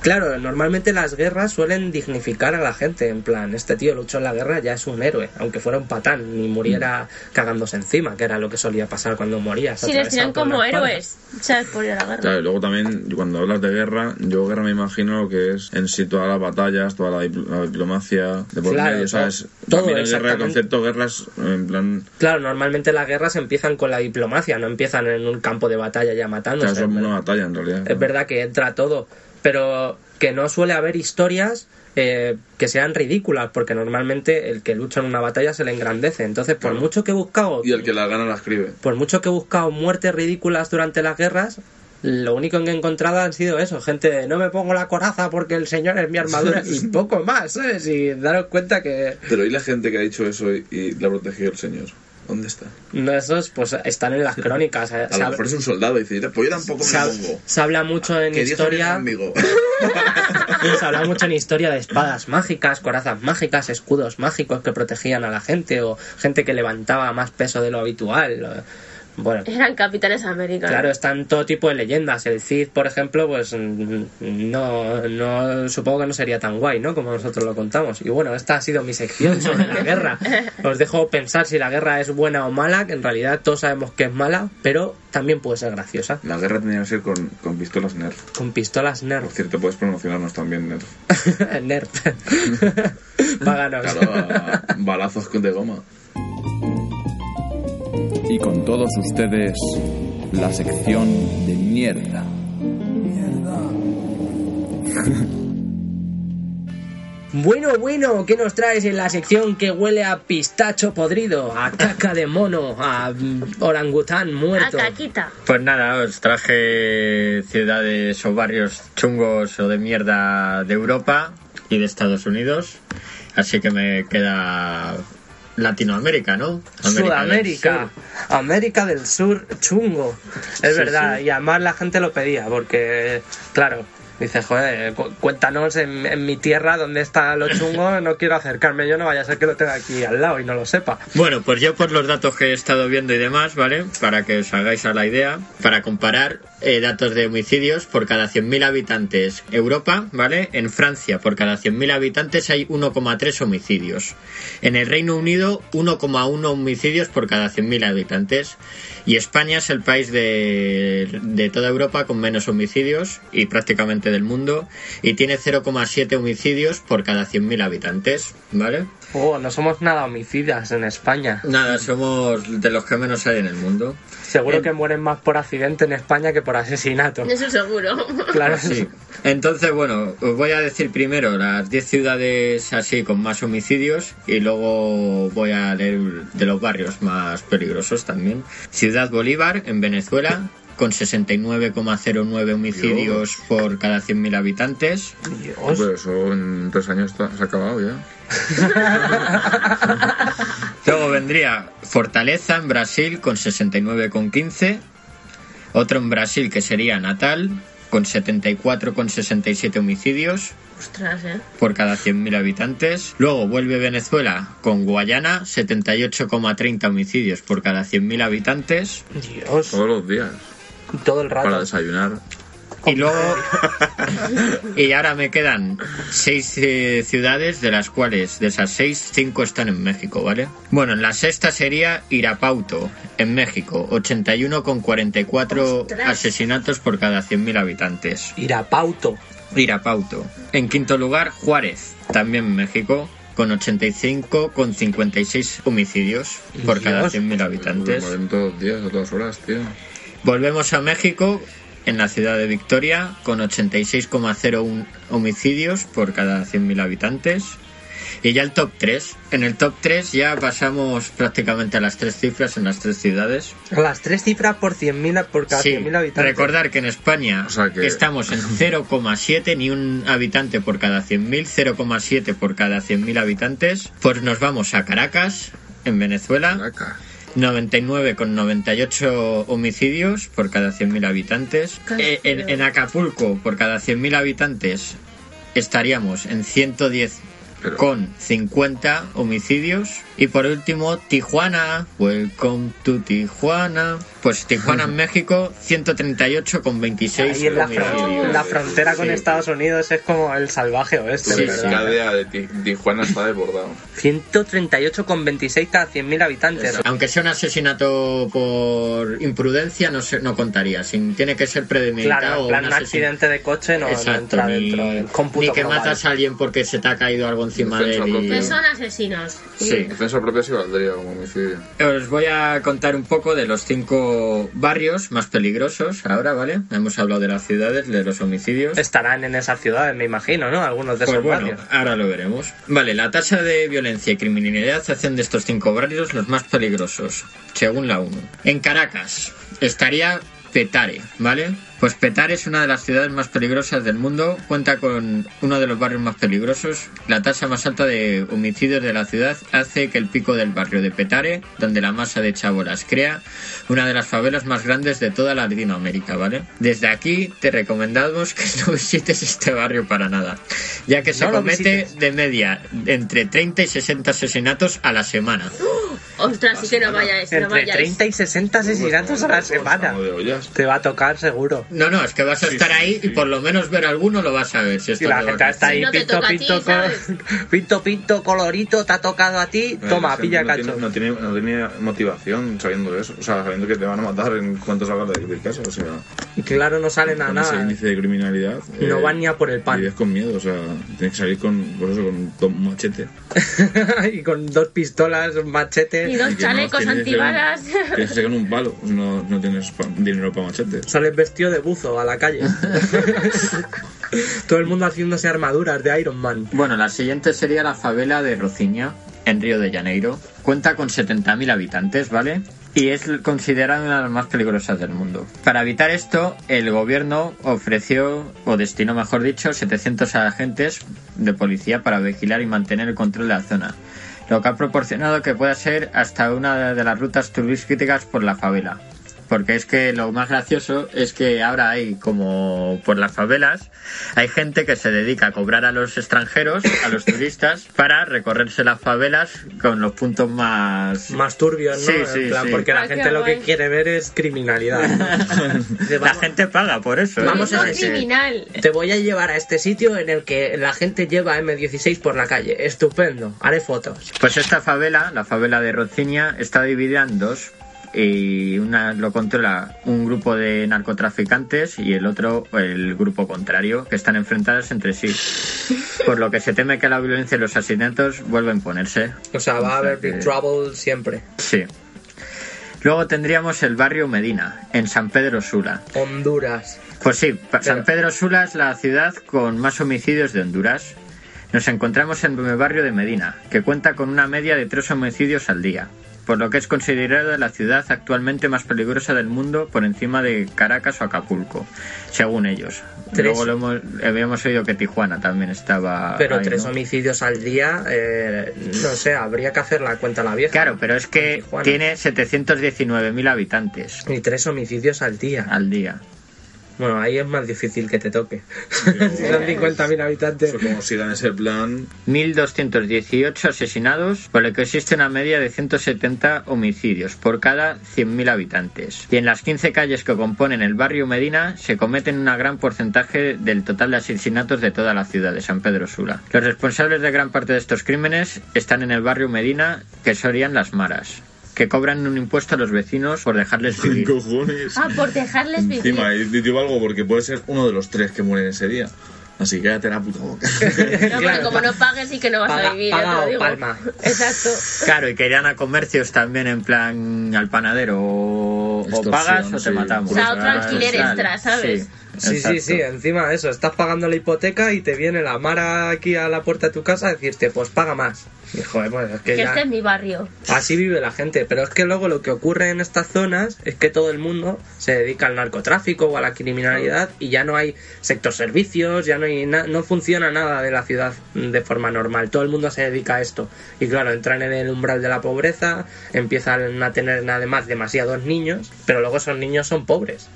S2: Claro, normalmente las guerras suelen dignificar a la gente, en plan, este tío luchó en la guerra, ya es un héroe, aunque fuera un patán, ni muriera cagándose encima, que era lo que solía pasar cuando morías.
S8: Si les
S2: atravesado
S8: tiran
S2: por
S8: como
S2: la espada.
S8: héroes, ¿sabes? Por ir a la guerra.
S7: Claro, y luego también, cuando hablas de guerra, yo guerra me imagino lo que es en sí todas las batallas, toda la, dipl- la diplomacia, de por
S2: Claro,
S7: medio, o sea,
S2: todo-
S7: es- para
S2: todo,
S7: mí la guerra, el
S2: exactamente.
S7: concepto de guerra es en plan,
S2: Claro, normalmente las guerras empiezan con la diplomacia, no empiezan en un campo de batalla ya
S7: claro,
S2: matándose.
S7: eso es
S2: es,
S7: una
S2: verdad,
S7: batalla en realidad.
S2: Es verdad que entra todo, pero que no suele haber historias eh, que sean ridículas, porque normalmente el que lucha en una batalla se le engrandece. Entonces, por mucho que he buscado,
S7: Y el que la gana la escribe.
S2: por mucho que he buscado muertes ridículas durante las guerras, Lo único que he encontrado han sido eso, gente, de, no me pongo la coraza porque el señor es mi armadura y poco más, ¿sabes? Y daros cuenta que
S7: Pero ¿y la gente que ha dicho eso y, y la ha protegido el señor? ¿Dónde está?
S2: no, esos pues están en las crónicas. eh.
S7: A
S2: Se,
S7: lo
S2: hab-
S7: mejor es un soldado y dice, "Mira, pues yo tampoco
S2: se
S7: me
S2: hab-
S7: pongo.
S2: se habla mucho en
S7: Que Dios
S2: historia...
S7: es conmigo.
S2: Se hablaba mucho en historia de espadas mágicas, corazas mágicas, escudos mágicos que protegían a la gente o gente que levantaba más peso de lo habitual. Bueno,
S8: Eran capitanes americanos.
S2: claro, están todo tipo de leyendas. El Cid, por ejemplo, pues mm, no, no supongo que no sería tan guay, ¿no? Como nosotros lo contamos. Y bueno, esta ha sido mi sección sobre la guerra. Os dejo pensar si la guerra es buena o mala, que en realidad todos sabemos que es mala, pero también puede ser graciosa.
S4: La guerra tenía que ser con, con pistolas Nerf.
S2: Con pistolas
S4: Por
S2: nerf.
S4: cierto, puedes promocionarnos también Nerf.
S2: nerf. Páganos.
S7: Claro, a- a balazos de goma.
S1: Y con todos ustedes, la sección de mierda.
S2: Bueno, bueno, ¿qué nos traes en la sección que huele a pistacho podrido, a caca de mono, a mm, orangután
S3: A
S8: Ah,
S2: muerto?
S3: caquita.
S5: Pues nada, os traje ciudades o barrios chungos o de mierda de Europa y de Estados Unidos. Así que me queda Latinoamérica, ¿no?
S2: Sudamérica,
S5: del Sur.
S2: América del Sur, chungo. Es
S5: Sí,
S2: verdad,
S5: sí.
S2: y además la gente lo pedía, porque, claro, dice, joder, cu- cuéntanos en, en mi tierra dónde está lo chungo, no quiero acercarme yo, no vaya a ser que lo tenga aquí al lado y no lo sepa.
S5: Bueno, pues yo por los datos que he estado viendo y demás, ¿vale? Para que os hagáis a la idea, para comparar eh, datos de homicidios por cada 100.000 habitantes. Europa, ¿vale? En Francia, por cada 100.000 habitantes hay 1,3 homicidios. En el Reino Unido, 1,1 homicidios por cada 100.000 habitantes. Y España es el país de, de toda Europa con menos homicidios y prácticamente del mundo. Y tiene 0,7 homicidios por cada 100.000 habitantes, ¿vale?
S2: Oh, no somos nada homicidas en España.
S5: Nada, somos de los que menos hay en el mundo.
S2: Seguro
S5: Eh,
S2: que mueren más por accidente en España que por asesinato.
S8: Eso seguro.
S2: Claro,
S5: Sí. Entonces, bueno, os voy a decir primero las 10 ciudades así con más homicidios y luego voy a leer de los barrios más peligrosos también. Ciudad Bolívar, en Venezuela, con 69,09 homicidios por cada 100.000 habitantes.
S2: Dios.
S4: Pero eso en tres años está- se ha acabado ya.
S5: Luego vendría Fortaleza en Brasil con 69,15. Otro en Brasil que sería Natal con 74,67 homicidios
S8: Ostras, eh.
S5: por cada 100.000 habitantes. Luego vuelve Venezuela con Guayana, 78,30 homicidios por cada 100.000 habitantes.
S2: Dios,
S4: Todos los días.
S2: todo el rato.
S4: Para desayunar.
S5: Y luego. y ahora me quedan seis eh, ciudades, de las cuales, de esas seis, cinco están en México, ¿vale? Bueno, en la sexta sería Irapauto, en México, 81,44
S3: Ostras.
S5: asesinatos por cada 100.000 habitantes.
S2: Irapauto.
S5: Irapauto. En quinto lugar, Juárez, también México, con 85,56 homicidios por cada
S2: Dios.
S5: 100.000 habitantes.
S4: Lo mueven todos los días, a todas horas, tío.
S5: Volvemos a México, en la ciudad de Victoria, con 86,01 homicidios por cada 100.000 habitantes. Y ya el top 3. En el top 3 ya pasamos prácticamente a las tres cifras en las tres ciudades.
S2: Las tres cifras por 100.000 por cada
S5: Sí,
S2: 100.000 habitantes.
S5: recordar que en España
S4: O sea que-
S5: estamos en 0,7, ni un habitante por cada 100.000, 0,7 por cada 100.000 habitantes. Pues nos vamos a Caracas, en Venezuela,
S4: Caraca.
S5: 99,98 homicidios por cada 100.000 habitantes. Eh, en, en Acapulco, por cada 100.000 habitantes, estaríamos en 110
S4: Pero-
S5: con 50 homicidios y por último Tijuana welcome to Tijuana pues Tijuana en México 138 con 26
S2: Ahí en la, fron-
S5: homicidios
S2: la frontera con
S5: Sí.
S2: Estados Unidos es como el salvaje oeste,
S5: Sí,
S7: la
S5: sí.
S2: ¿verdad?
S7: cadea de Ti- Tijuana está desbordado.
S2: 138,26 cada 100.000 habitantes.
S5: aunque sea un asesinato por imprudencia no se- no contaría sin, tiene que ser premeditado
S2: Claro, en
S5: o
S2: plan
S5: un
S2: un
S5: asesin-
S2: accidente de coche no, no
S5: Exacto,
S2: entra
S5: ni,
S2: dentro del cómputo
S5: ni que
S2: global.
S5: matas a alguien porque se te ha caído algo encima de
S4: Defensa
S5: él y-
S4: propia.
S8: Que son asesinos.
S5: sí
S4: Defensa propia sí valdría como homicidio.
S5: Os voy a contar un poco de los cinco barrios más peligrosos ahora, ¿vale? Hemos hablado de las ciudades, de los homicidios.
S2: Estarán en esas ciudades, me imagino, ¿no? Algunos de
S5: Pues
S2: esos
S5: bueno,
S2: barrios.
S5: ahora lo veremos. Vale, la tasa de violencia y criminalidad hacen de estos cinco barrios los más peligrosos, según la ONU. En Caracas estaría Petare, ¿vale? Pues Petare es una de las ciudades más peligrosas del mundo, cuenta con uno de los barrios más peligrosos, la tasa más alta de homicidios de la ciudad hace que el pico del barrio de Petare, donde la masa de chabolas crea, una de las favelas más grandes de toda Latinoamérica, ¿vale? Desde aquí te recomendamos que no visites este barrio para nada, ya que se
S2: No lo
S5: comete
S2: visites.
S5: de media entre 30 y 60 asesinatos a la semana.
S8: Ostras, sí que no vayáis, no
S2: Entre
S8: vayáis.
S2: 30 y 60
S5: Pues
S2: asesinatos a la semana.
S7: Estamos de ollas.
S2: Te va a tocar seguro.
S5: No, no, es que vas a
S7: Sí,
S5: estar
S7: sí,
S5: ahí
S7: sí.
S5: y por lo menos ver alguno lo vas a ver. Si
S2: Si
S5: estás
S2: la
S5: de
S2: gente está
S5: vacaciones.
S2: ahí,
S8: Si no te
S2: pinto,
S8: toca a ti,
S2: pinto, col-
S8: ¿sabes?
S2: pinto, pinto, colorito, te ha tocado a ti,
S7: Pero
S2: toma,
S7: la gente
S2: pilla
S7: Eh, no
S2: cacho.
S7: Tiene, no, tiene, no tiene motivación sabiendo de eso. O sea, sabiendo que te van a matar en cuanto salgas de- del caso. O sea,
S2: Y claro, no salen a
S7: con ese
S2: nada. eh.
S7: índice de criminalidad.
S2: No van ni a por el pan.
S7: Vives con miedo, o sea, tienes que salir con, por eso, con, con machete.
S2: y con dos pistolas, un
S8: Y
S2: machete.
S8: dos
S7: Y que tienes
S8: chalecos
S7: que ser un-
S8: antibalas.
S7: Tienes que sacar un palo, pues no, no tienes pa- dinero para machete.
S2: Sales vestido de buzo a la calle. Todo el mundo haciéndose armaduras de Iron Man.
S5: Bueno, la siguiente sería la favela de Rociña, en Río de Janeiro. Cuenta con 70.000 habitantes, ¿vale? Y es considerada una de las más peligrosas del mundo. Para evitar esto, el gobierno ofreció, o destinó mejor dicho, 700 agentes de policía para vigilar y mantener el control de la zona. Lo que ha proporcionado que pueda ser hasta una de las rutas turísticas por la favela. Porque es que lo más gracioso es que ahora hay, como por las favelas, hay gente que se dedica a cobrar a los extranjeros, a los turistas, para recorrerse las favelas con los puntos más...
S2: Más turbios, ¿no?
S5: Sí,
S2: En
S5: sí,
S2: plan,
S5: sí.
S2: Porque la
S8: Ah, qué
S2: gente lo que
S8: guay.
S2: quiere ver es criminalidad. ¿no? Dice,
S5: La
S2: "Vamos-
S5: gente paga por eso. ¿eh?
S2: Vamos
S8: Vamos
S2: a
S8: a
S2: ver si-
S8: criminal.
S2: Te voy a llevar a este sitio en el que la gente lleva M16 por la calle. Estupendo. Haré fotos.
S5: Pues esta favela, la favela de Rociña, está dividida en dos y una lo controla un grupo de narcotraficantes y el otro el grupo contrario que están enfrentadas entre sí por lo que se teme que la violencia y los asesinatos vuelven a ponerse
S2: O sea, va a haber Big
S5: que-
S2: Trouble siempre.
S5: sí luego tendríamos el barrio Medina en San Pedro Sula
S2: Honduras.
S5: pues sí, pa- San Pedro Sula es la ciudad con más homicidios de Honduras. Nos encontramos en el barrio de Medina, que cuenta con una media de tres homicidios al día, por lo que es considerada la ciudad actualmente más peligrosa del mundo por encima de Caracas o Acapulco, según ellos.
S2: Tres.
S5: Luego lo hemos- habíamos oído que Tijuana también estaba...
S2: Pero
S5: ahí,
S2: tres
S5: Ah, ¿no?
S2: homicidios al día, eh, no sé, habría que hacer la cuenta a la vieja.
S5: Claro, pero es que
S2: Tijuana.
S5: tiene 719.000 habitantes
S2: Y tres homicidios al día.
S5: al día.
S2: Bueno, ahí es más difícil que te toque. si son 50.000 habitantes.
S7: Eso como sigan ese plan,
S5: 1.218 asesinados, por lo que existe una media de 170 homicidios por cada 100.000 habitantes. Y en las 15 calles que componen el barrio Medina se cometen un gran porcentaje del total de asesinatos de toda la ciudad de San Pedro Sula. Los responsables de gran parte de estos crímenes están en el barrio Medina, que serían las maras que cobran un impuesto a los vecinos por dejarles
S7: ¿qué
S5: vivir.
S7: cojones?
S8: Ah, por dejarles vivir.
S2: eh.
S7: Encima, y te digo algo, porque puede ser uno de los tres que mueren ese día. Así que cállate la puta boca.
S8: No,
S2: Claro,
S8: pero como
S2: pa-
S8: no pagues y que no vas
S2: paga-
S8: a vivir, ya te
S2: paga
S8: lo
S2: o
S8: digo.
S2: palma.
S8: Exacto.
S5: Claro, y que irían a comercios también en plan al panadero o, o
S7: Extorsión,
S5: pagas o te
S7: sí.
S5: matamos. Ah,
S7: O sea,
S5: Claro,
S7: otro alquiler
S5: claro.
S8: extra, ¿sabes?
S2: Sí, sí, sí,
S5: exacto.
S2: encima de eso, estás pagando la hipoteca y te viene la Mara aquí a la puerta de tu casa a decirte, pues paga más. Y joder, bueno, es que
S3: Que
S2: ya...
S3: este es mi barrio.
S2: Así vive la gente, pero es que luego lo que ocurre en estas zonas es que todo el mundo se dedica al narcotráfico o a la criminalidad y ya no hay sector servicios, ya no hay na- no funciona nada de la ciudad de forma normal, todo el mundo se dedica a esto y claro, entran en el umbral de la pobreza, empiezan a tener además demasiados niños, pero luego esos niños son pobres,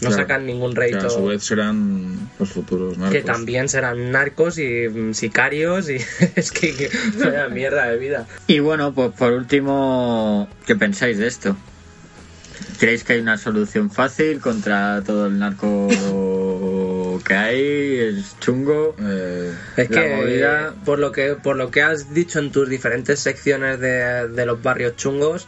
S2: no
S7: Claro.
S2: sacan ningún
S7: Que a
S2: rédito.
S7: su vez serán los futuros narcos.
S2: Que también serán narcos y mm, sicarios y es que, que vaya mierda de vida.
S5: Y bueno, pues por último, ¿qué pensáis de esto? ¿Creéis que hay una solución fácil contra todo el narco que hay? ¿Es chungo?
S7: Eh,
S2: Es
S5: La
S2: que
S5: movida-
S2: eh, por lo que por lo que has dicho en tus diferentes secciones de, de los barrios chungos,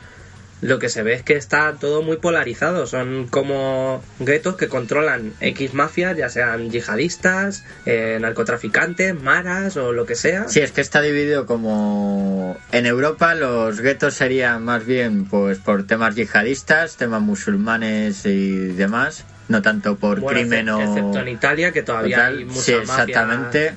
S2: lo que se ve es que está todo muy polarizado. Son como guetos que controlan X mafias, ya sean yihadistas, eh, narcotraficantes, maras o lo que sea.
S5: Sí, es que está dividido como... En Europa los guetos serían más bien pues por temas yihadistas, temas musulmanes y demás, no tanto por
S2: Bueno,
S5: crimen
S2: excep-
S5: o...
S2: excepto en Italia que todavía
S5: Total,
S2: hay mucha
S5: sí,
S2: mafia
S5: exactamente.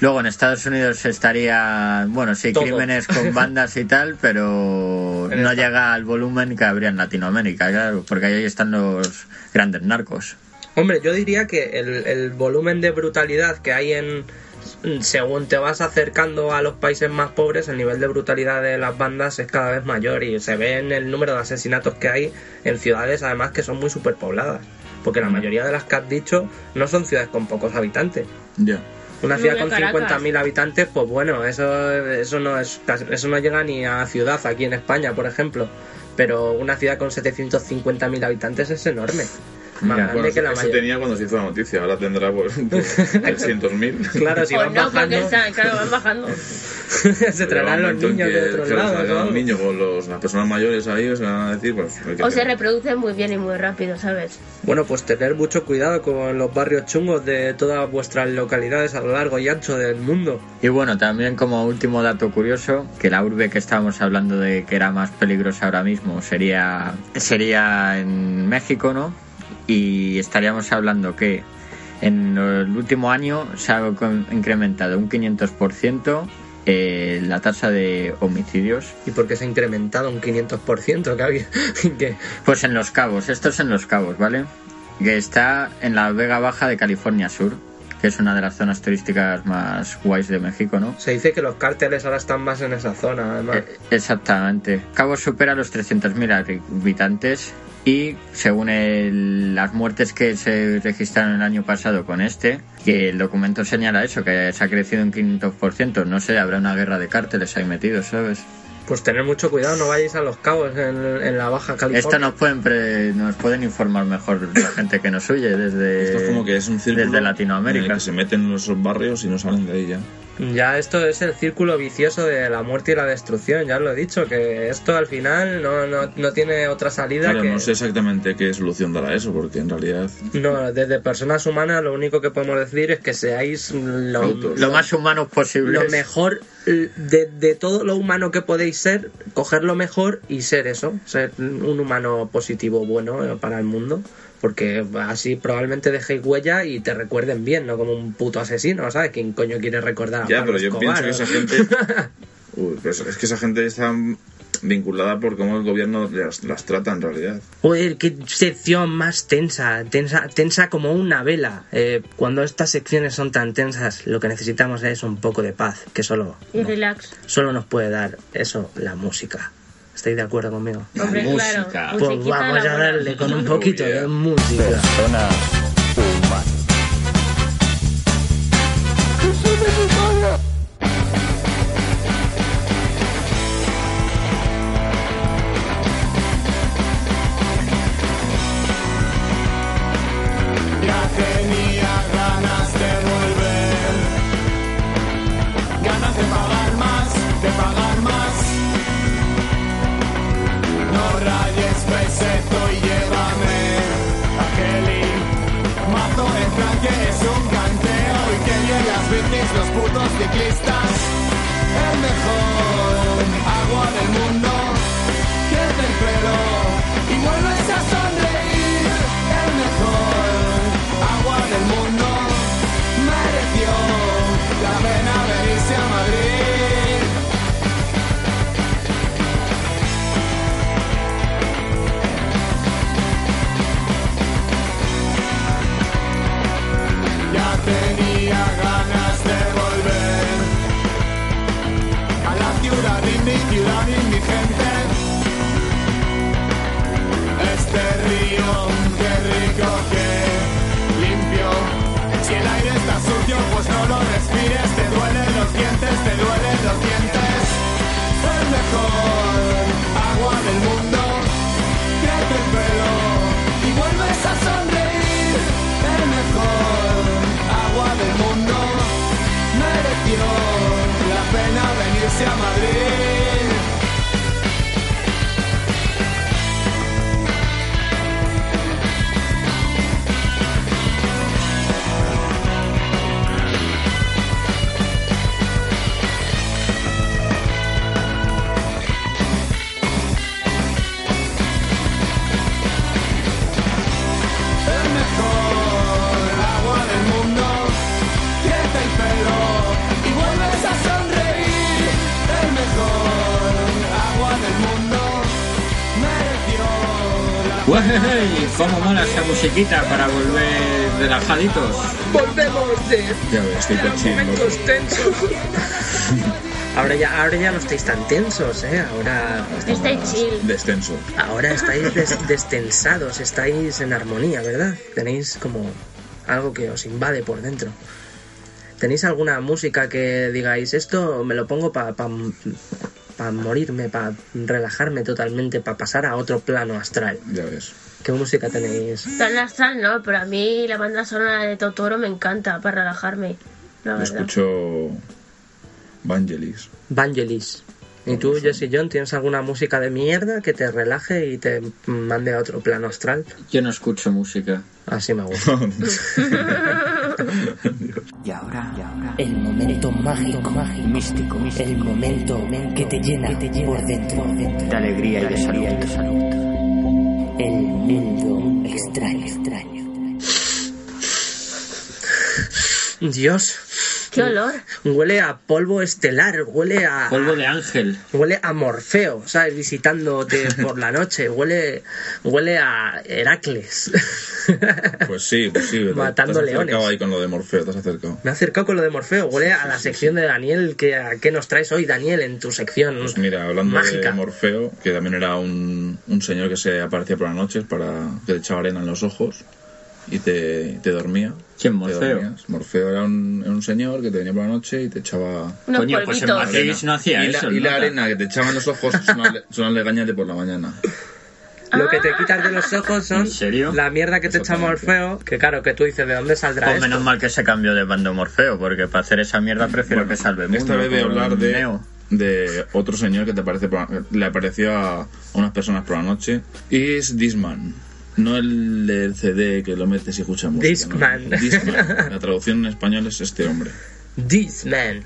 S5: Luego en Estados Unidos estaría, bueno, sí,
S2: Todo.
S5: crímenes con bandas y tal, pero
S2: En
S5: no
S2: esta-
S5: llega al volumen que habría en Latinoamérica, claro, porque ahí están los grandes narcos.
S2: Hombre, yo diría que el, el volumen de brutalidad que hay en. Según te vas acercando a los países más pobres, el nivel de brutalidad de las bandas es cada vez mayor y se ve en el número de asesinatos que hay en ciudades, además que son muy superpobladas. Porque la mayoría de las que has dicho no son ciudades con pocos habitantes.
S4: Ya.
S2: Una
S8: No,
S2: ciudad
S8: de
S2: con
S8: Caracas.
S2: 50.000 habitantes, pues bueno, eso, eso, no es, eso no llega ni a ciudad aquí en España, por ejemplo. Pero una ciudad con 750.000 habitantes es enorme.
S5: Ya,
S2: Más grande
S7: Bueno,
S2: que la
S7: eso
S2: mayoría.
S7: tenía cuando se hizo la noticia, ahora tendrá pues 300.000.
S2: Claro, si
S8: o
S2: van
S8: no,
S2: bajando,
S8: porque está, claro, van bajando.
S2: se traerán los niños de otros lados.
S7: Los
S2: ¿no?
S7: niños con los- las personas mayores ahí se van a decir, pues. hay que
S8: O se
S7: hacer.
S8: reproducen muy bien y muy rápido, ¿sabes?
S2: Bueno, pues tener mucho cuidado con los barrios chungos de todas vuestras localidades a lo largo y ancho del mundo.
S5: Y bueno, también como último dato curioso, que la urbe que estábamos hablando de que era más peligrosa ahora mismo sería, sería en México, ¿no? Y estaríamos hablando que en el último año se ha con- incrementado un 500% eh, la tasa de homicidios.
S2: ¿Y porque se ha incrementado un 500% que había? que-
S5: Pues en Los Cabos, esto es en Los Cabos, ¿vale? Que está en la Vega Baja de California Sur, que es una de las zonas turísticas más guays de México, ¿no?
S2: Se dice que los cárteles ahora están más en esa zona, además.
S5: Eh, Exactamente. Cabo supera los 300.000 habitantes y según el- las muertes que se registraron el año pasado con este, que el documento señala eso, que se ha crecido un 500%. No sé, habrá una guerra de cárteles ahí metidos, ¿sabes?
S2: Pues tener mucho cuidado, no vayáis a los cabos en, en la Baja California.
S5: Esto nos pueden, pre- nos pueden informar mejor la gente que nos huye desde,
S4: Esto es como que es un círculo.
S5: desde
S4: en el
S5: Latinoamérica.
S4: que se meten en esos barrios y no salen de ahí ya.
S2: Ya esto es el círculo vicioso de la muerte y la destrucción, ya os lo he dicho, que esto al final no, no, no tiene otra salida
S4: Claro,
S2: que...
S4: no sé exactamente qué solución dará eso, porque en realidad.
S2: No, desde personas humanas lo único que podemos decir es que seáis lo,
S5: Lo más humanos posible.
S2: lo mejor, eh, de, de todo lo humano que podéis ser, coger lo mejor y ser eso, ser un humano positivo, bueno eh, para el mundo, porque así probablemente dejéis huella y te recuerden bien, no como un puto asesino, ¿sabes? ¿Quién coño quiere recordar a
S7: Ya,
S2: Ah, Pablo
S7: pero yo
S2: Escobar, eh?
S7: pienso que
S2: no?
S7: esa gente. Uy, pues es que esa gente está vinculada por cómo el gobierno las, las trata en realidad.
S2: Joder, qué sección más tensa, tensa, tensa como una vela. Eh, cuando estas secciones son tan tensas, lo que necesitamos es un poco de paz, que solo,
S8: Y relax.
S2: solo nos puede dar eso la música. ¿Estáis de acuerdo conmigo?
S8: Hombre,
S5: música.
S8: claro.
S2: Pues
S8: musiquita
S2: vamos
S8: la
S2: a
S8: buena.
S2: darle con un poquito de música.
S6: Este pues
S10: el mejor agua del mundo. Quieta el pelo
S5: ¡Wey! ¿Cómo mola esa musiquita para volver relajaditos?
S2: Volvemos de
S7: Ya ves, estoy
S2: los
S7: cochino.
S2: momentos tensos. Ahora ya, ahora ya no estáis tan tensos, ¿eh? Ahora,
S8: Está Este chill.
S7: Descenso.
S2: ahora estáis des- destensados, estáis en armonía, ¿verdad? Tenéis como algo que os invade por dentro. ¿Tenéis alguna música que digáis esto me lo pongo para pa, pa morirme, para relajarme totalmente, para pasar a otro plano astral?
S7: Ya ves.
S2: ¿Qué música tenéis?
S8: Tan astral no, pero a mí la banda sonora de Totoro me encanta para relajarme. La
S7: Yo
S8: verdad.
S7: escucho Vangelis.
S2: Vangelis. ¿Y tú, Jesse John, tienes alguna música de mierda que te relaje y te mande a otro plano astral?
S5: Yo no escucho música.
S2: Así me gusta.
S11: Y ahora, el momento mágico, místico, el momento, que te llena, por dentro, de alegría y de salud. El mundo extraño, extraño.
S2: Dios,
S8: ¡Qué olor!
S2: huele a polvo estelar, huele a...
S5: Polvo de ángel.
S2: Huele a Morfeo, ¿sabes? Visitándote por la noche. Huele, huele a Heracles.
S7: Pues sí, pues sí. te-
S2: Matando
S7: te has acercado
S2: leones.
S7: ahí con lo de Morfeo, te has acercado.
S2: Me he acercado con lo de Morfeo. Huele a la sección de Daniel. que a qué nos traes hoy, Daniel, en tu sección
S7: Pues mira, hablando
S2: mágica?
S7: de Morfeo, que también era un, un señor que se aparecía por las noches para que te echaba arena en los ojos y te, te dormía.
S5: ¿Quién,
S7: Te
S5: Morfeo?
S7: dormías. Morfeo era un, era un señor que te venía por la noche y te echaba
S8: Unos
S5: Coño, pues en
S8: polvitos.
S5: Madrid no hacía
S7: y la,
S5: eso.
S7: y la
S5: ¿no?
S7: arena que te echaban los ojos son las le- son las legañas de por la mañana.
S2: Lo que te quitas de los ojos son
S5: ¿En serio?
S2: la mierda que te echa
S7: Exactamente.
S2: Morfeo. Que claro, que tú dices, ¿de dónde saldrá
S12: Pues
S2: esto?
S12: menos mal que se cambió de bando Morfeo, porque para hacer esa mierda prefiero que salve mundo.
S7: Esta vez voy a
S12: con
S7: hablar de,
S12: Neo.
S7: de otro señor que te aparece por la- le apareció a, a unas personas por la noche. Y es Disman. No el del CD que lo metes y escuchas música.
S2: Discman.
S7: ¿no? Discman. La traducción en español es este hombre.
S2: This man.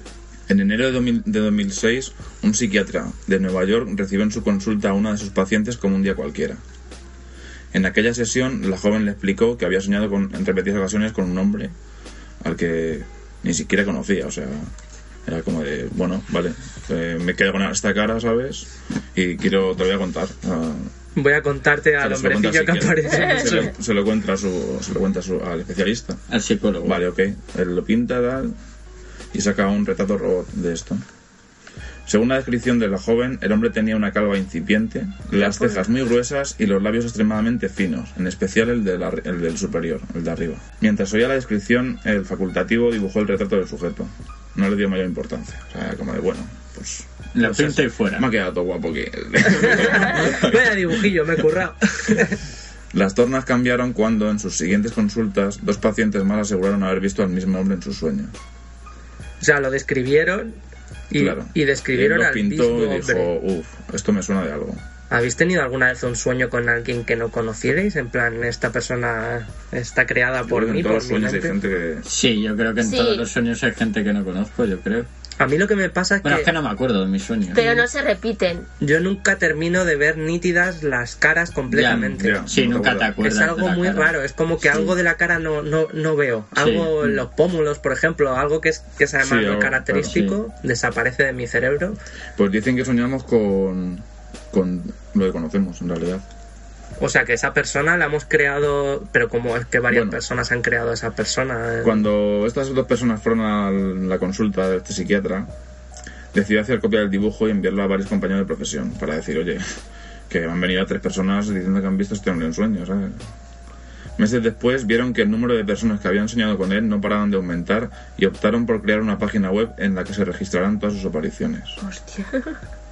S7: En enero de, 2000 de 2006, un psiquiatra de Nueva York recibió en su consulta a una de sus pacientes como un día cualquiera. En aquella sesión, la joven le explicó que había soñado con- en repetidas ocasiones con un hombre al que ni siquiera conocía, o sea, era como de, bueno, vale, eh, me quedo con esta cara, ¿sabes? Y quiero, te lo voy a contar. ah,
S2: Voy a contarte
S7: o sea,
S2: al
S7: se lo cuenta
S2: hombrecillo que
S7: al psiquiatra,
S2: aparece.
S7: Se lo, se lo cuenta, a su, se lo cuenta a su- al especialista.
S5: Al psicólogo.
S7: Vale, ok. Él lo pinta, tal, y saca un retrato robot de esto. Según la descripción de la joven, el hombre tenía una calva incipiente, las cejas muy gruesas y los labios extremadamente finos, en especial el, de la- el del superior, el de arriba. Mientras oía la descripción, el facultativo dibujó el retrato del sujeto. No le dio mayor importancia. O sea, como de, bueno, pues...
S5: La
S7: pues
S5: pinta
S7: eso.
S5: y fuera.
S7: Me ha quedado todo guapo que...
S2: Vaya dibujillo, me he currado.
S7: Las tornas cambiaron cuando, en sus siguientes consultas, dos pacientes más aseguraron haber visto al mismo hombre en sus sueños.
S2: O sea, lo describieron y,
S7: Claro.
S2: y describieron
S7: Él lo
S2: al
S7: pintó
S2: mismo
S7: y
S2: hombre.
S7: dijo, uff, esto me suena de algo.
S2: ¿Habéis tenido alguna vez un sueño con alguien que no conocierais? En plan, esta persona está creada por
S7: Yo creo que
S2: mí,
S7: en todos
S2: por
S7: los
S2: mi
S7: sueños hay
S2: mente.
S7: gente que...
S5: Sí, yo creo que en
S8: Sí.
S5: todos los sueños hay gente que no conozco, yo creo.
S2: A mí lo que me pasa es
S5: Bueno, es
S2: que
S5: que no me acuerdo de mis sueños.
S8: Pero no se repiten.
S2: yo nunca termino de ver nítidas las caras completamente.
S7: Ya, Pues ya.
S5: Sí,
S7: No te
S5: nunca te acuerdas.
S7: acuerdas.
S2: Es algo
S5: de la
S2: muy
S5: cara.
S2: raro, ¿eh? es como que
S5: Sí.
S2: algo de la cara no, no, no veo.
S5: Sí.
S2: Algo en los pómulos, por ejemplo, algo que, es, que sea
S7: Mm. Sí,
S2: más muy
S7: algo,
S2: característico, desaparece de mi cerebro.
S7: Pues dicen que soñamos con, con lo que conocemos, en realidad.
S2: O sea que esa persona la hemos creado, pero como es que varias
S7: Bueno.
S2: personas han creado a esa persona. eh,
S7: Cuando estas dos personas fueron a la consulta de este psiquiatra, decidió hacer copia del dibujo y enviarlo a varios compañeros de profesión para decir, oye, que me han venido tres personas diciendo que han visto a este hombre en sueños, ¿sabes? Meses después vieron que el número de personas que habían soñado con él no paraban de aumentar y optaron por crear una página web en la que se registrarán todas sus apariciones.
S8: Hostia.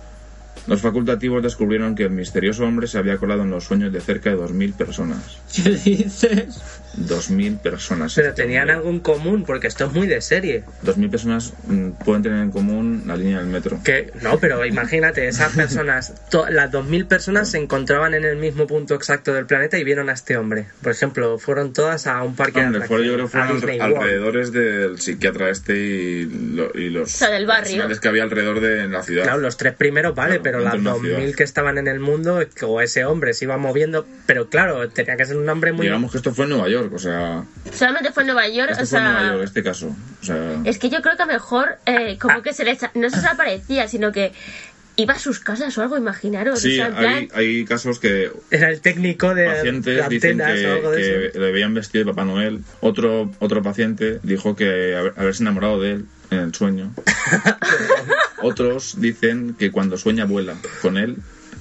S7: Los facultativos descubrieron que el misterioso hombre se había colado en los sueños de cerca de 2.000 personas.
S5: ¿Qué dices?
S7: 2.000 personas.
S2: Pero tenían algo en común, porque esto es muy de serie.
S7: 2.000 personas mm, pueden tener en común la línea del metro.
S2: Que, no, pero imagínate, esas personas, to- las 2.000 personas se encontraban en el mismo punto exacto del planeta y vieron a este hombre. Por ejemplo, fueron todas a un parque
S7: Hombre,
S2: de
S7: fueron, yo creo que
S2: atracciones,
S7: fueron
S2: a Disney
S7: al-
S2: World.
S7: alrededores del psiquiatra este y, lo- y los
S8: O sea, del barrio.
S7: profesionales que había alrededor de en la ciudad.
S2: Claro, los tres primeros, vale,
S7: Claro, dentro
S2: pero las
S7: de una
S2: 2.000
S7: ciudad.
S2: que estaban en el mundo, o ese hombre se iba moviendo, pero claro, tenía que ser un hombre muy...
S7: Digamos que esto fue en Nueva York, o sea,
S8: Solamente fue en Nueva York,
S7: esto
S8: o
S7: fue en Nueva
S8: sea.
S7: York este caso. O sea,
S8: Es que yo creo que a lo mejor, eh, como que se les. No se les aparecía, sino que iba a sus casas o algo, imaginaros.
S7: Sí,
S8: o sea, en plan-
S7: hay, hay casos que
S2: Era el técnico de
S7: pacientes dicen
S2: antenas o
S7: que,
S2: algo de eso.
S7: que le veían vestido de Papá Noel. Otro, otro paciente dijo que haber- haberse enamorado de él en el sueño. Otros dicen que cuando sueña vuela con él,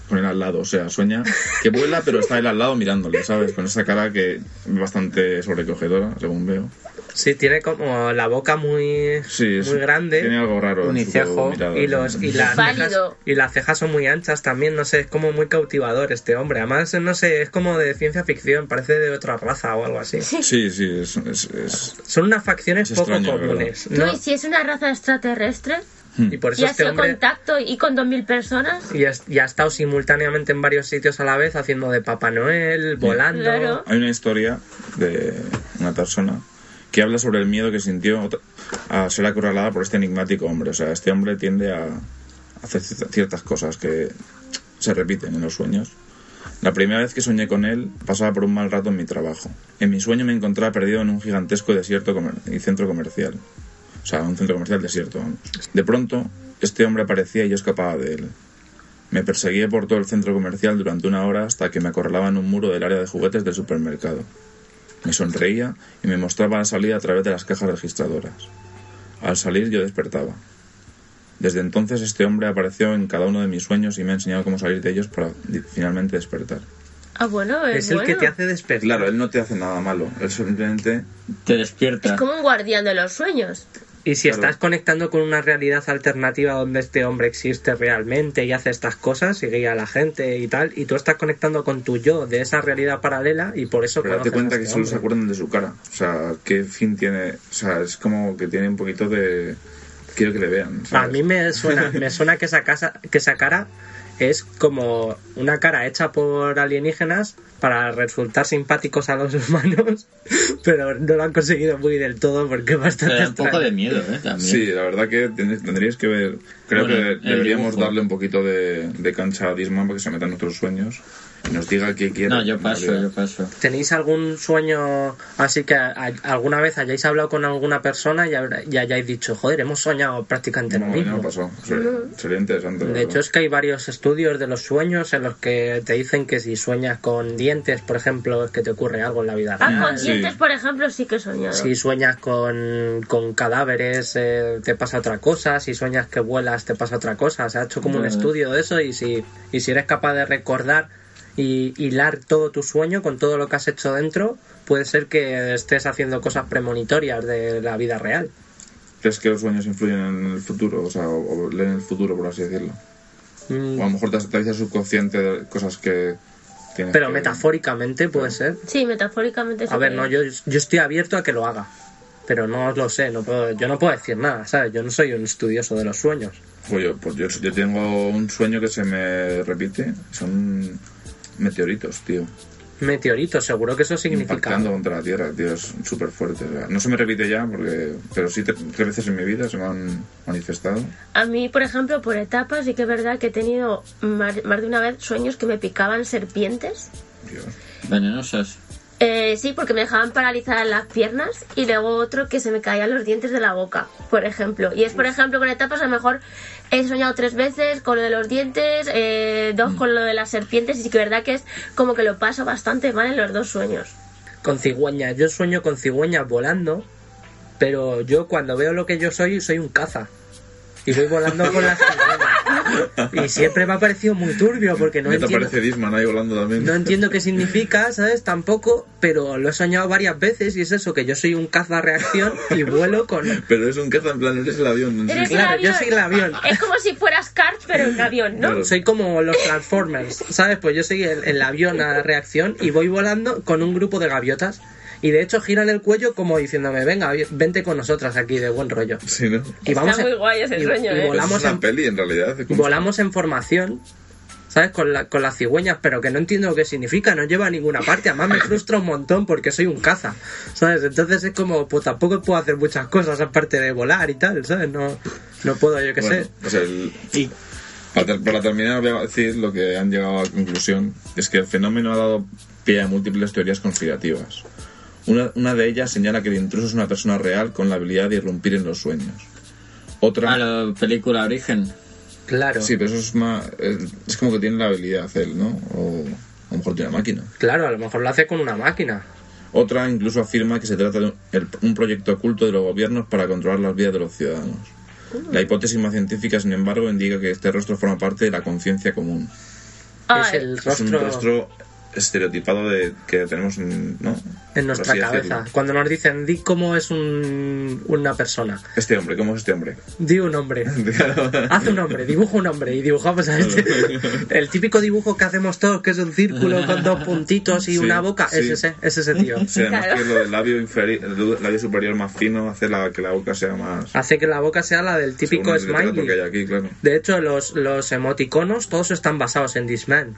S7: con él al lado. O sea, sueña que vuela pero está él al lado mirándole, ¿sabes? Con esa cara que es bastante sobrecogedora, según veo.
S2: Sí, tiene como la boca muy,
S7: Sí, es-
S2: muy grande.
S7: Tiene algo raro. en su
S5: Unicejo.
S7: mirada.
S2: Y, los, y, las cejas,
S8: Pálido.
S2: y las cejas son muy anchas también, no sé, es como muy cautivador este hombre. Además, no sé, es como de ciencia ficción, parece de otra raza o algo así.
S7: Sí, sí, es- es- es,
S2: Son unas facciones
S7: Es
S2: poco
S7: extraño, la Hmm.
S2: comunes.
S8: No,
S2: ¿no?
S8: y si es una raza extraterrestre
S2: Y por
S8: y
S2: eso
S8: ha
S2: este
S8: sido
S2: hombre
S8: contacto y con 2.000 personas,
S2: y has- y ha, estado simultáneamente en varios sitios a la vez haciendo de Papá Noel,
S7: Hmm.
S2: volando.
S8: Claro.
S7: Hay una historia de una persona que habla sobre el miedo que sintió otra- a ser acorralada por este enigmático hombre. O sea, este hombre tiende a hacer cier- ciertas cosas que se repiten en los sueños. La primera vez que soñé con él pasaba por un mal rato en mi trabajo. En mi sueño me encontraba perdido en un gigantesco desierto comer- y centro comercial. O sea, un centro comercial desierto. vamos. De pronto, este hombre aparecía y yo escapaba de él. Me perseguía por todo el centro comercial durante una hora hasta que me acorralaba en un muro del área de juguetes del supermercado. Me sonreía y me mostraba la salida a través de las cajas registradoras. Al salir yo despertaba. Desde entonces este hombre apareció en cada uno de mis sueños y me ha enseñado cómo salir de ellos para di- finalmente despertar.
S8: ah, bueno, es,
S2: Es el que
S8: bueno.
S2: te hace despertar.
S7: Claro, él no te hace nada malo, él simplemente...
S5: Te despierta.
S8: Es como un guardián de los sueños.
S2: Y si
S7: Claro.
S2: estás conectando con una realidad alternativa donde este hombre existe realmente y hace estas cosas y guía a la gente y tal, y tú estás conectando con tu yo de esa realidad paralela y por eso
S7: Pero date
S2: conoces
S7: cuenta
S2: a
S7: que
S2: este
S7: solo se
S2: hombre.
S7: acuerdan de su cara. O sea, ¿qué fin tiene? O sea, es como que tiene un poquito de... Quiero que le vean.
S2: A
S7: ¿sabes?
S2: mí me suena, me suena que esa casa, que esa cara es como una cara hecha por alienígenas para resultar simpáticos a los humanos, pero no lo han conseguido muy del todo porque es
S5: Te
S2: bastante
S5: da un poco
S2: extraño.
S5: de miedo, ¿eh? También.
S7: Sí, la verdad que ten- tendríais que ver. Creo
S5: Bueno, el
S7: que deberíamos
S5: dibujo.
S7: darle un poquito de, de cancha a Disman para que se meta en nuestros sueños y nos diga qué quiere.
S5: No, yo
S7: en
S5: paso,
S7: realidad.
S5: yo paso.
S2: ¿Tenéis algún sueño así que a- alguna vez hayáis hablado con alguna persona y, habrá- y hayáis dicho, joder, hemos soñado prácticamente
S7: No,
S2: lo
S7: a mí no
S2: mismo?
S7: me pasó. Sería, sería interesante. la
S2: De
S7: verdad.
S2: hecho, es que hay varios estudios de los sueños en los que te dicen que si sueñas con dientes, por ejemplo, es que te ocurre algo en la vida
S8: Ah,
S2: real.
S8: con
S7: sí.
S8: dientes, por ejemplo, sí que he soñado.
S2: Si sueñas con, con cadáveres, eh, te pasa otra cosa. Si sueñas que vuelas, te pasa otra cosa. Se ha hecho como un
S5: Vale.
S2: estudio de eso y si, y si eres capaz de recordar y hilar todo tu sueño con todo lo que has hecho dentro, puede ser que estés haciendo cosas premonitorias de la vida real.
S7: ¿Crees que los sueños influyen en el futuro? O sea, o, o leen el futuro, por así decirlo.
S2: Mm,
S7: O a lo mejor te te dice el subconsciente de cosas que tienes.
S2: Pero
S7: que-
S2: metafóricamente puede ser.
S8: Sí, metafóricamente sí
S2: A ver,
S8: que-
S2: no, yo, yo estoy abierto a que lo haga. Pero no lo sé, no puedo, yo no puedo decir nada, ¿sabes? Yo no soy un estudioso de los sueños.
S7: Pues yo, pues yo, yo tengo un sueño que se me repite. Son meteoritos, tío.
S2: Meteorito, seguro que eso significa.
S7: impactando contra la Tierra, tío, es súper fuerte. o sea, no se me repite ya, porque pero sí te- tres veces en mi vida se me han manifestado.
S8: A mí, por ejemplo, por etapas, sí que es verdad que he tenido más, más de una vez sueños que me picaban serpientes.
S7: Dios.
S5: Venenosos.
S8: Eh, sí, porque me dejaban paralizadas las piernas y luego otro que se me caían los dientes de la boca, por ejemplo. Y es, por ejemplo, con etapas a lo mejor he soñado tres veces con lo de los dientes, eh,
S2: Mm.
S8: dos con lo de las serpientes y sí que es verdad que es como que lo paso bastante mal en los dos sueños.
S2: con cigüeñas. Yo sueño con cigüeñas volando, pero yo cuando veo lo que yo soy, soy un caza. Y voy volando con las cigüeñas. Y siempre me ha parecido muy turbio porque no
S7: ¿Qué te
S2: entiendo,
S7: parece Disman ahí volando también?
S2: no entiendo qué significa, ¿sabes? Tampoco, pero lo he soñado varias veces y es eso, que yo soy un caza reacción y vuelo con...
S7: Pero es un caza, en plan, eres el avión. en sí.
S8: Eres-
S2: Claro, yo
S8: avión.
S2: soy el avión.
S8: Es como si fueras Cars, pero en avión, ¿no?
S7: Claro.
S2: Soy como los Transformers, ¿sabes? Pues yo soy el, el avión a reacción y voy volando con un grupo de gaviotas. Y de hecho giran el cuello como diciéndome, venga, vente con nosotras aquí de buen rollo.
S7: Sí, ¿no?
S2: Y vamos
S8: Está
S2: en-
S8: muy guay ese
S2: y-
S8: sueño,
S2: y
S8: ¿eh?
S7: Pues
S2: volamos,
S7: es una
S2: en,
S7: peli en realidad. como-
S2: volamos en formación, ¿sabes? Con, la- con las cigüeñas, pero que no entiendo lo que significa, no lleva a ninguna parte. Además me frustra un montón porque soy un caza, ¿sabes? Entonces es como, pues tampoco puedo hacer muchas cosas aparte de volar y tal, ¿sabes? No, no puedo, yo qué
S7: Bueno,
S2: sé.
S7: pues el-
S5: Y
S7: para, ter- para terminar, voy a decir lo que han llegado a la conclusión: es que el fenómeno ha dado pie a múltiples teorías conspirativas. Una, una de ellas señala que el intruso es una persona real con la habilidad de irrumpir en los sueños. Otra.
S5: a la película Origen.
S2: Claro.
S7: Sí, pero eso es más. Es como que tiene la habilidad él, ¿no? O a lo mejor tiene una máquina.
S2: Claro, a lo mejor lo hace con una máquina.
S7: Otra incluso afirma que se trata de un, el- un proyecto oculto de los gobiernos para controlar las vidas de los ciudadanos. La hipótesis más científica, sin embargo, indica que este rostro forma parte de la conciencia común.
S2: Es
S8: Ay,
S2: el
S7: Es un
S2: rostro,
S7: rostro estereotipado de que tenemos en, ¿no?
S2: en
S7: Por
S2: nuestra
S7: así
S2: cabeza.
S7: decirlo.
S2: Cuando nos dicen, di cómo es un- una persona,
S7: Este hombre, ¿cómo es este hombre?
S2: di un hombre. Haz un hombre, dibuja un hombre y dibujamos a este. El típico dibujo que hacemos todos, que es un círculo con dos puntitos y
S7: Sí,
S2: una boca,
S7: sí.
S2: es ese, es ese tío.
S7: Sí, además
S8: Claro.
S7: que lo del labio, inferi- el labio superior más fino hace la, que la boca sea más...
S2: Hace que la boca sea la del típico
S7: según el literato que hay
S2: smiley.
S7: aquí, claro.
S2: De hecho, los, los emoticonos todos están basados en This Man.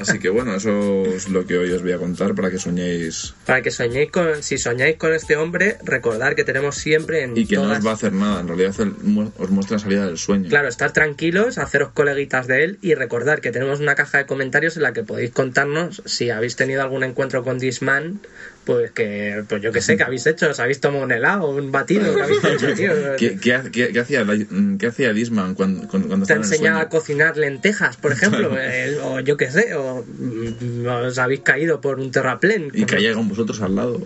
S7: Así que bueno, eso es lo que hoy os voy a contar para que soñéis
S2: Para que soñéis con, si soñáis con este hombre, recordad que tenemos siempre en
S7: y que no
S2: todas-
S7: os va a hacer nada. En realidad hace- mu- os muestra la salida del sueño.
S2: Claro, estar tranquilos, haceros coleguitas de él y recordar que tenemos una caja de comentarios en la que podéis contarnos si habéis tenido algún encuentro con Disman, pues que, pues yo que sé, que habéis hecho, os habéis tomado un helado, un batido, que habéis hecho, tío.
S7: ¿Qué, qué ha- qué- qué hacía, la- mm, qué hacía Disman cuando, cuando, cuando
S2: Te
S7: estaba en el
S2: enseñaba a
S7: sueño?
S2: cocinar lentejas, por ejemplo, el- o yo que sé, o mm, os habéis caído por un terraplén.
S7: Y
S2: como-
S7: caía con vosotros al lado.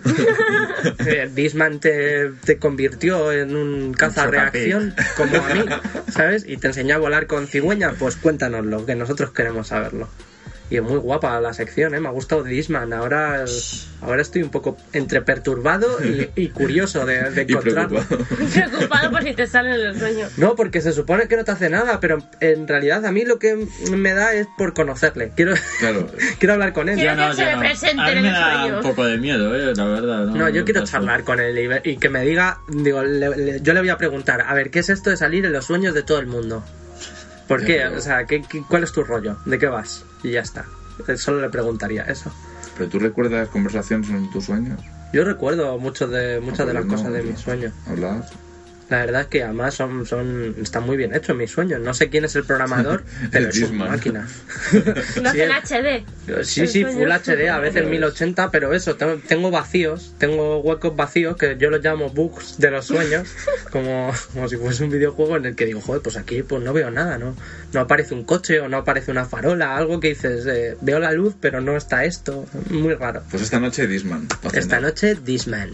S2: Eh, Bisman te, te convirtió en un cazarreacción como a mí, ¿sabes? Y te enseñó a volar con cigüeña, pues cuéntanoslo, que nosotros queremos saberlo. Y es muy guapa la sección, ¿eh? Me ha gustado Bisman. Ahora, ahora estoy un poco entre perturbado y, y curioso de, de
S7: y
S2: encontrarlo.
S7: preocupado.
S8: preocupado por si te salen los sueños.
S2: No, porque se supone que no te hace nada, pero en realidad a mí lo que me da es por conocerle. Quiero,
S7: Claro.
S2: quiero hablar con él.
S8: Quiero
S10: Ya no,
S8: que se
S10: ya
S8: me
S10: no.
S8: presenten
S10: A mí
S8: en
S10: me
S8: el
S10: da
S8: sueño.
S10: un poco de miedo, eh, la verdad. No,
S2: No, yo quiero
S10: Paso.
S2: charlar con él y, ve- y que me diga, digo, le- le- yo le voy a preguntar, a ver, ¿qué es esto de salir en los sueños de todo el mundo? ¿Por
S7: Ya,
S2: qué?
S7: pero-
S2: O sea, ¿qué, qué- cuál es tu rollo? ¿De qué vas? Y ya está. Eh, Solo le preguntaría eso.
S7: ¿Pero tú recuerdas conversaciones en tus sueños? Pues
S2: Yo recuerdo mucho de, muchas de las
S7: No,
S2: cosas de
S7: no.
S2: mis sueños.
S7: ¿Hablar?
S2: La verdad es que además son, son, están muy bien hechos mis sueños. No sé quién es el programador, pero es una
S7: Disman.
S2: máquina.
S8: Lo
S2: Sí,
S8: hacen
S2: el-
S8: HD.
S2: Sí,
S8: El
S2: sí,
S8: sueño
S2: Full
S8: es-
S2: HD, a veces
S7: ves.
S2: 1080, pero eso, te- tengo vacíos, tengo huecos vacíos que yo los llamo bugs de los sueños, como, como si fuese un videojuego en el que digo, joder, pues aquí pues no veo nada, ¿no? No aparece un coche o no aparece una farola, algo que dices, eh, veo la luz, pero no está esto, muy raro.
S7: Pues esta noche Disman. Va a cenar.
S2: Esta noche, Disman.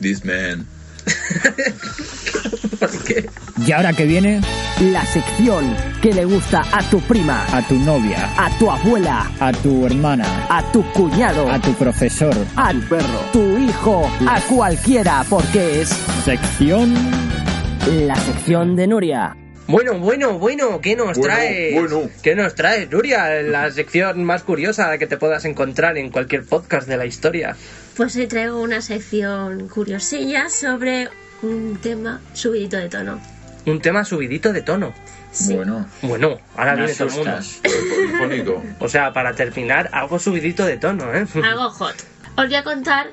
S7: Disman.
S2: ¿Por qué?
S13: Y ahora que viene,
S6: La sección que le gusta a tu prima,
S13: a tu novia,
S6: a tu abuela,
S13: a tu hermana,
S6: a tu cuñado,
S13: a tu profesor.
S6: al perro, tu hijo, a cualquiera, porque es
S13: Sección.
S6: la sección de Nuria.
S2: Bueno, bueno, bueno, ¿qué nos
S7: Bueno,
S2: traes?
S7: bueno.
S2: ¿Qué nos traes, Nuria? La sección más curiosa que te puedas encontrar en cualquier podcast de la historia.
S8: Pues hoy traigo una sección curiosilla sobre un tema subidito de tono.
S2: Un tema subidito de tono.
S10: Bueno,
S2: Bueno, ahora
S10: me
S2: viene todo el mundo.
S10: asustas.
S7: Fónico.
S2: O sea, para terminar, algo subidito de tono, ¿eh?
S8: Algo hot. Os voy a contar,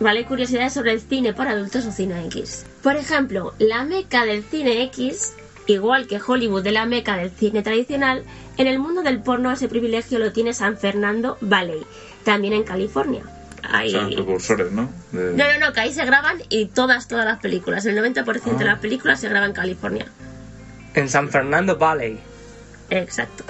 S8: ¿vale? Curiosidades sobre el cine para adultos o cine X. Por ejemplo, la meca del cine X, igual que Hollywood de la meca del cine tradicional, en el mundo del porno ese privilegio lo tiene San Fernando Valley, también en California. Ahí...
S7: Son los precursores, ¿no? De-
S8: No, no, no, que ahí se graban y todas, todas las películas. El 90% de las películas se graban en California.
S2: En San Fernando Valley.
S8: Exacto.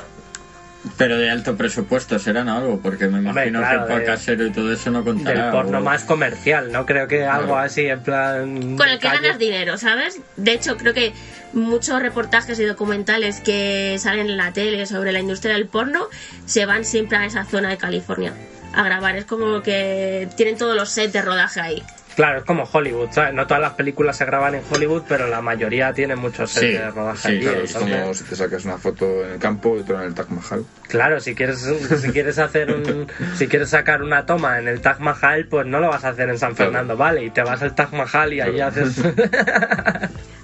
S10: Pero de alto presupuesto serán algo, porque me
S2: Hombre,
S10: imagino
S2: claro,
S10: que el
S2: de-
S10: casero y todo eso no
S5: Ah,
S10: contará.
S2: Del porno
S5: uh.
S10: o-
S2: más comercial, no creo que algo así en plan.
S8: Con el que
S2: calle.
S8: ganas dinero, ¿sabes? De hecho, creo que muchos reportajes y documentales que salen en la tele sobre la industria del porno se van siempre a esa zona de California a grabar. Es como que tienen todos los sets de rodaje ahí.
S2: Claro, es como Hollywood, ¿sabes? No todas las películas se graban en Hollywood, pero la mayoría tiene muchos sets
S10: Sí,
S2: de rodaje
S10: sí,
S2: allí,
S7: Claro, es
S2: entonces-
S7: como si te sacas una foto en el campo y otra en el Taj Mahal.
S2: Claro, si quieres, si quieres hacer un, si quieres sacar una toma en el Taj Mahal, pues no lo vas a hacer en San
S7: Claro.
S2: Fernando Valley, te vas al Taj Mahal y ahí
S7: Claro.
S2: haces.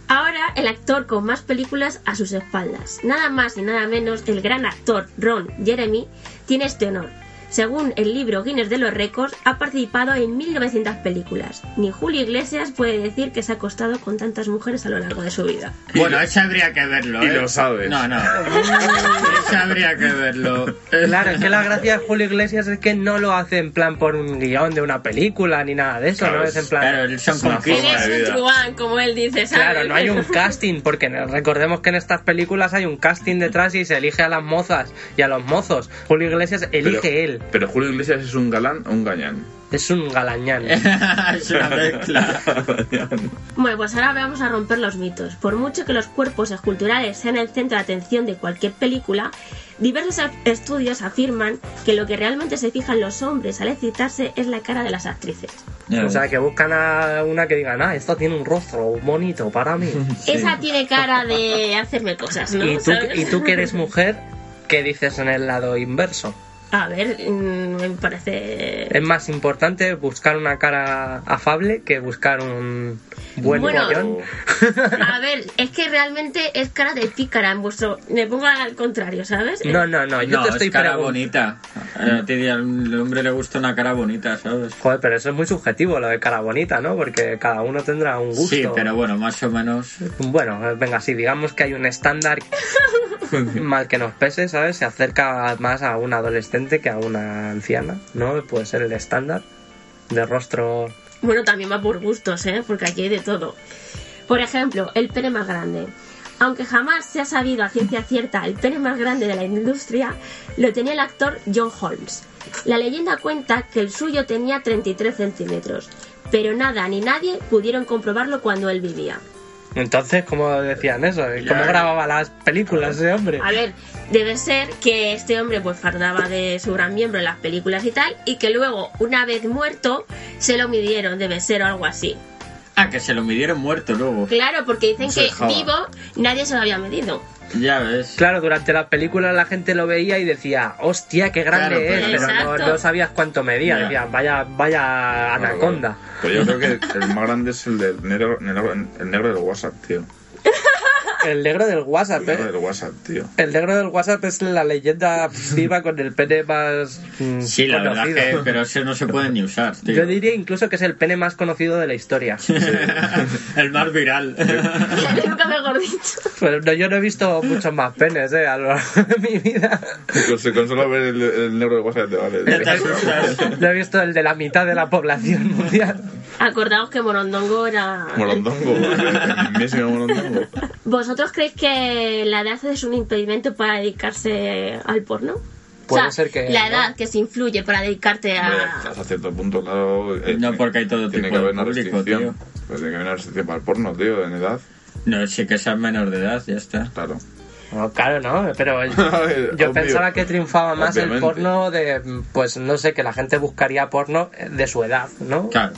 S8: Ahora el actor con más películas a sus espaldas. Nada más y nada menos el gran actor Ron Jeremy tiene este honor. Según el libro Guinness de los Récords, ha participado en 1900 películas. Ni Julio Iglesias puede decir que se ha acostado con tantas mujeres a lo largo de su vida.
S5: Bueno, eso habría que verlo.
S7: Y
S5: ¿eh?
S7: lo sabes.
S5: No, no. Eso habría que verlo.
S2: Claro, es que la gracia de Julio Iglesias es que no lo hace en plan por un guión de una película ni nada de eso,
S7: Claro,
S2: ¿no? Es en plan.
S5: Claro, son
S7: Es una
S5: conquistas.
S7: forma de
S8: Eres un
S7: vida.
S8: truán, como él dice, ¿sabes?
S2: Claro, no hay un casting, porque en- recordemos que en estas películas hay un casting detrás y se elige a las mozas y a los mozos. Julio Iglesias elige él.
S7: Pero Julio Iglesias es un galán o un gañán.
S2: Es un galañán.
S5: es una mezcla.
S8: Bueno, pues ahora vamos a romper los mitos. Por mucho que los cuerpos esculturales sean el centro de atención de cualquier película, diversos a- estudios afirman que lo que realmente se fijan los hombres al excitarse es la cara de las actrices.
S2: O sea, que buscan a una que digan, ah, esta tiene un rostro bonito para mí.
S8: Esa tiene cara de hacerme cosas, ¿no?
S2: y, tú,
S8: ¿Sabes?
S2: y tú que eres mujer, ¿qué dices en el lado inverso?
S8: A ver, mm, me parece...
S2: Es más importante buscar una cara afable que buscar un buen
S8: Bueno,
S2: pollón.
S8: A ver, es que realmente es cara de pícara en vuestro... Me pongo al contrario, ¿sabes?
S2: No, no, no, Pues yo
S5: No,
S2: te
S5: es
S2: estoy
S5: cara
S2: pregun-
S5: bonita. Eh, te diría, al hombre le gusta una cara bonita, ¿sabes?
S2: Joder, pero eso es muy subjetivo lo de cara bonita, ¿no? Porque cada uno tendrá un gusto.
S5: Sí, pero bueno, más o menos.
S2: Bueno, eh, venga, sí, digamos que hay un estándar mal que nos pese, ¿sabes? Se acerca más a un adolescente que a una anciana, ¿no? Puede ser el estándar de rostro.
S8: Bueno, también va por gustos, ¿eh? Porque aquí hay de todo. Por ejemplo, el pene más grande. Aunque jamás se ha sabido a ciencia cierta el pene más grande de la industria, lo tenía el actor John Holmes. La leyenda cuenta que el suyo tenía 33 centímetros, pero nada ni nadie pudieron comprobarlo cuando él vivía.
S2: Entonces, ¿cómo decían eso? ¿Cómo grababa las películas ese hombre?
S8: A ver, debe ser que este hombre pues fardaba de su gran miembro en las películas y tal, y que luego, una vez muerto, se lo midieron, debe ser o algo así.
S5: Ah, que se lo midieron muerto luego.
S8: Claro, porque dicen
S5: No se
S8: que
S5: dejaba.
S8: vivo nadie se lo había medido.
S5: Ya ves.
S2: Claro, durante la película la gente lo veía y decía, hostia, qué grande
S5: Claro,
S2: es,
S5: pero-
S2: pero no,
S8: Exacto.
S2: no sabías cuánto medía.
S5: Ya.
S2: Decían, vaya, vaya anaconda.
S7: Pero Pues yo creo que el más grande es el del negro, el negro, el negro del WhatsApp, tío.
S2: El negro del WhatsApp,
S7: El
S2: ¿eh?
S7: negro del WhatsApp, tío.
S2: El negro del WhatsApp es la leyenda viva con el pene más mm,
S5: Sí, la verdad
S2: conocido.
S5: que, pero ese no se puede ni usar, tío.
S2: Yo diría incluso que es el pene más conocido de la historia.
S5: El más viral.
S8: Nunca mejor dicho.
S2: Pero no, yo no he visto muchos más penes eh, a lo largo de mi vida.
S7: Con, su- con solo ver el, el negro del WhatsApp te vale.
S5: Ya te
S7: tío.
S5: asustas.
S2: No he visto el de la mitad de la población mundial.
S8: Acordaos que Morondongo era.
S7: Morondongo. Mismo morondongo.
S8: ¿Vosotros creéis que la edad es un impedimento para dedicarse al porno?
S2: Puede
S8: o sea,
S2: ser que
S8: La
S2: no.
S8: edad que se influye para dedicarte
S7: Hombre,
S8: a.
S7: Hasta cierto punto, claro. eh,
S5: No, porque hay todo
S7: tiene
S5: tipo
S7: que haber
S5: de
S7: una
S5: público,
S7: restricción.
S5: tío.
S7: Pues tiene que haber una restricción para el porno, tío, en edad.
S5: No, sí que seas menor de edad, ya está.
S7: Claro.
S2: No, claro, no, pero
S7: A ver,
S2: yo
S7: obvio.
S2: pensaba que triunfaba más el
S7: Obviamente.
S2: porno de, pues no sé, que la gente buscaría porno de su edad, ¿no?
S5: Claro.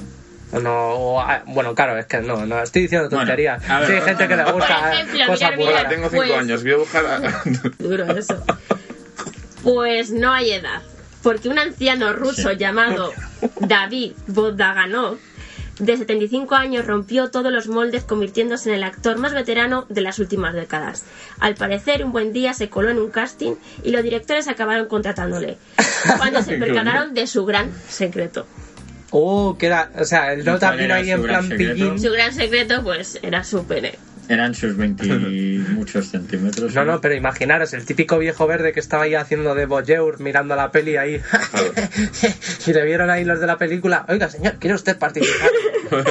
S2: O no, o, ah, bueno, claro, es que no, no estoy diciendo
S5: Bueno,
S2: tonterías.
S5: a ver,
S2: sí, hay gente que le
S8: Por
S2: gusta eh,
S8: ejemplo,
S2: cosas
S8: mirar, mirar.
S2: vulgares.
S7: Tengo cinco
S8: Pues-
S7: años, voy a buscar a...
S8: Duro eso. Pues no hay edad. Porque un anciano ruso llamado David Bodaganov, de 75 años, rompió todos los moldes convirtiéndose en el actor más veterano de las últimas décadas. Al parecer, un buen día se coló en un casting y los directores acabaron contratándole, cuando se percataron de su gran secreto.
S2: Oh, que era, o sea,
S5: ¿Y
S2: el no
S5: cuál
S2: también
S5: era
S2: ahí
S5: su
S2: en
S5: gran
S2: plan
S5: secreto?
S2: pillín.
S8: Su gran secreto, pues, era su pene.
S5: Eran sus 20 y muchos centímetros.
S2: No, no, pero imaginaros, el típico viejo verde que estaba ahí haciendo de voyeur, mirando la peli ahí. y le vieron ahí los de la película. Oiga, señor, ¿quiere usted participar?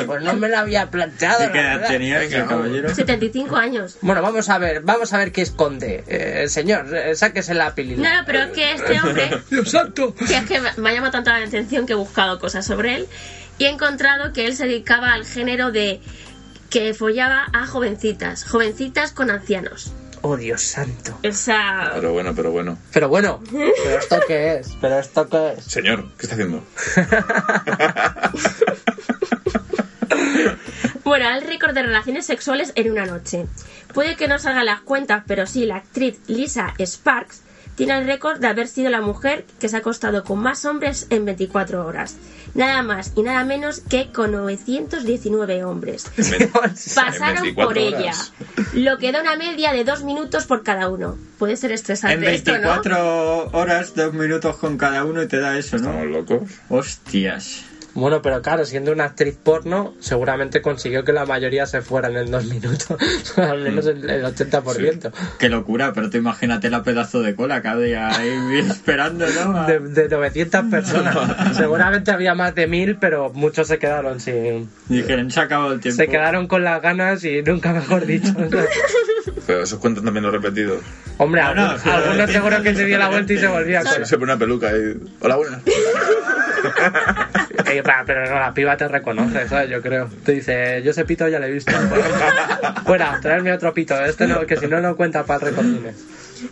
S2: pues no me lo había planteado,
S5: ¿De qué
S2: la
S5: edad
S2: verdad.
S5: tenía el caballero?
S8: 75 años.
S2: Bueno, vamos a ver, vamos a ver qué esconde. Eh, señor, eh, sáquese la peli.
S8: No, no, pero es que este hombre
S2: ¡Dios santo!
S8: que es que me- me ha llamado tanto la atención que he buscado cosas sobre él y he encontrado que él se dedicaba al género de que follaba a jovencitas, jovencitas con ancianos.
S2: ¡Oh, Dios santo!
S8: O sea,
S7: Pero bueno, pero bueno.
S2: Pero bueno, ¿pero esto qué es? ¿Pero esto qué es?
S7: Señor, ¿qué está haciendo?
S8: bueno, el récord de relaciones sexuales en una noche. Puede que no salgan las cuentas, pero sí, la actriz Lisa Sparks tiene el récord de haber sido la mujer que se ha acostado con más hombres en 24 horas. Nada más y nada menos que con 919 hombres. Pasaron por
S7: horas.
S8: ella, lo que da una media de dos minutos por cada uno. Puede ser estresante
S14: En
S8: pues, esto, ¿no?
S14: 24 horas, dos minutos con cada uno y te da eso, ¿no?
S7: Estamos locos.
S14: Hostias.
S2: Bueno, pero claro, siendo una actriz porno, seguramente consiguió que la mayoría se fueran en dos minutos, al menos el, el 80%.
S10: Qué locura, pero tú imagínate la pedazo de cola que había ahí esperando, ¿no? A-
S2: De, de 900 personas. Seguramente había más de 1000, pero muchos se quedaron sin.
S10: Dijeron, se ha acabado el tiempo.
S2: Se quedaron con las ganas y nunca mejor dicho.
S7: Pero esos cuentan también los repetidos.
S2: Hombre,
S10: No, no,
S2: algunos,
S10: pero-
S2: algunos seguro que se dio la vuelta y se volvía.
S7: Se,
S2: con-
S7: se pone una peluca y... Hola, buenas.
S2: Ey, ra, Pero no, la piba te reconoce, ¿sabes? Yo creo. Te dice, yo ese pito ya lo he visto. Fuera, traerme otro pito. Este no, que si no, no cuenta para el recordines.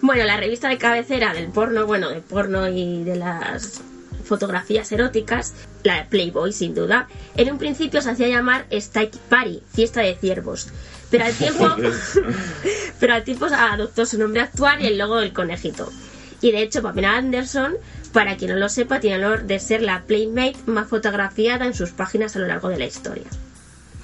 S8: Bueno, la revista de cabecera del porno, bueno, del porno y de las fotografías eróticas, la de Playboy sin duda, en un principio se hacía llamar Stake Party, fiesta de ciervos. Pero al tiempo, pero al tiempo adoptó su nombre actual y el logo del conejito. Y de hecho, Pamela Anderson, para quien no lo sepa, tiene el honor de ser la Playmate más fotografiada en sus páginas a lo largo de la historia.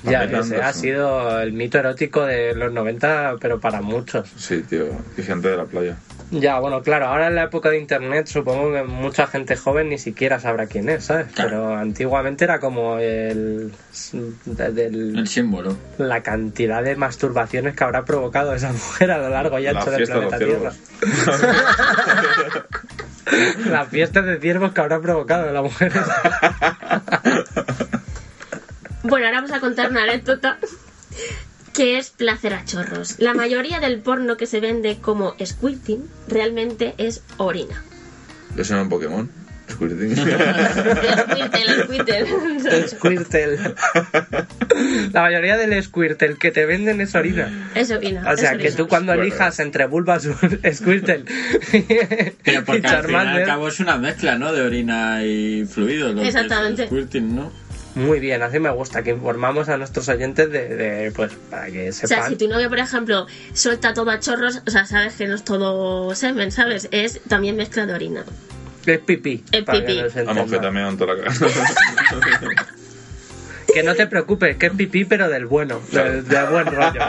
S2: Ya,
S7: Pamela
S2: ese ha
S7: Anderson.
S2: sido el mito erótico de los 90, pero para muchos.
S7: Sí, tío. Y gente de la playa.
S2: Ya, bueno, claro, ahora en la época de internet supongo que mucha gente joven ni siquiera sabrá quién es, ¿sabes? Pero antiguamente era como el, de- del-
S10: El símbolo.
S2: la cantidad de masturbaciones que habrá provocado esa mujer a lo largo y
S7: la
S2: ancho del
S7: fiesta de los
S2: planeta Tierra.
S7: ciervos.
S2: La fiesta de ciervos que habrá provocado la mujer.
S8: Bueno, ahora vamos a contar una anécdota que es placer a chorros. La mayoría del porno que se vende como squirting realmente es orina.
S7: Yo soy un Pokémon. Squirting.
S8: El squirtle, el squirtle.
S2: El squirtle. La mayoría del squirtle que te venden es orina.
S8: Es orina.
S2: O sea,
S8: es
S2: que
S8: orina.
S2: tú cuando
S7: Bueno.
S2: elijas entre Bulbasaur, Squirtle
S10: Pero
S2: y ¿eh?
S10: porque al fin y al
S2: Charmander...
S10: cabo es una mezcla, ¿no? De orina y fluido. lo que es el
S8: Exactamente.
S10: squirting, ¿no?
S2: Muy bien, así me gusta, que informamos a nuestros oyentes de, de, pues, para que
S8: O sea,
S2: sepan...
S8: si tu novia, por ejemplo, suelta todo a chorros, o sea, sabes que no es todo semen, ¿sabes? Es también mezcla de orina.
S2: Es pipí.
S8: Es
S2: para que
S8: pipí.
S7: Vamos,
S2: nos
S7: que
S2: entendamos.
S7: también en toda la cara.
S2: Que no te preocupes, que es pipí, pero del bueno, del, del buen rollo.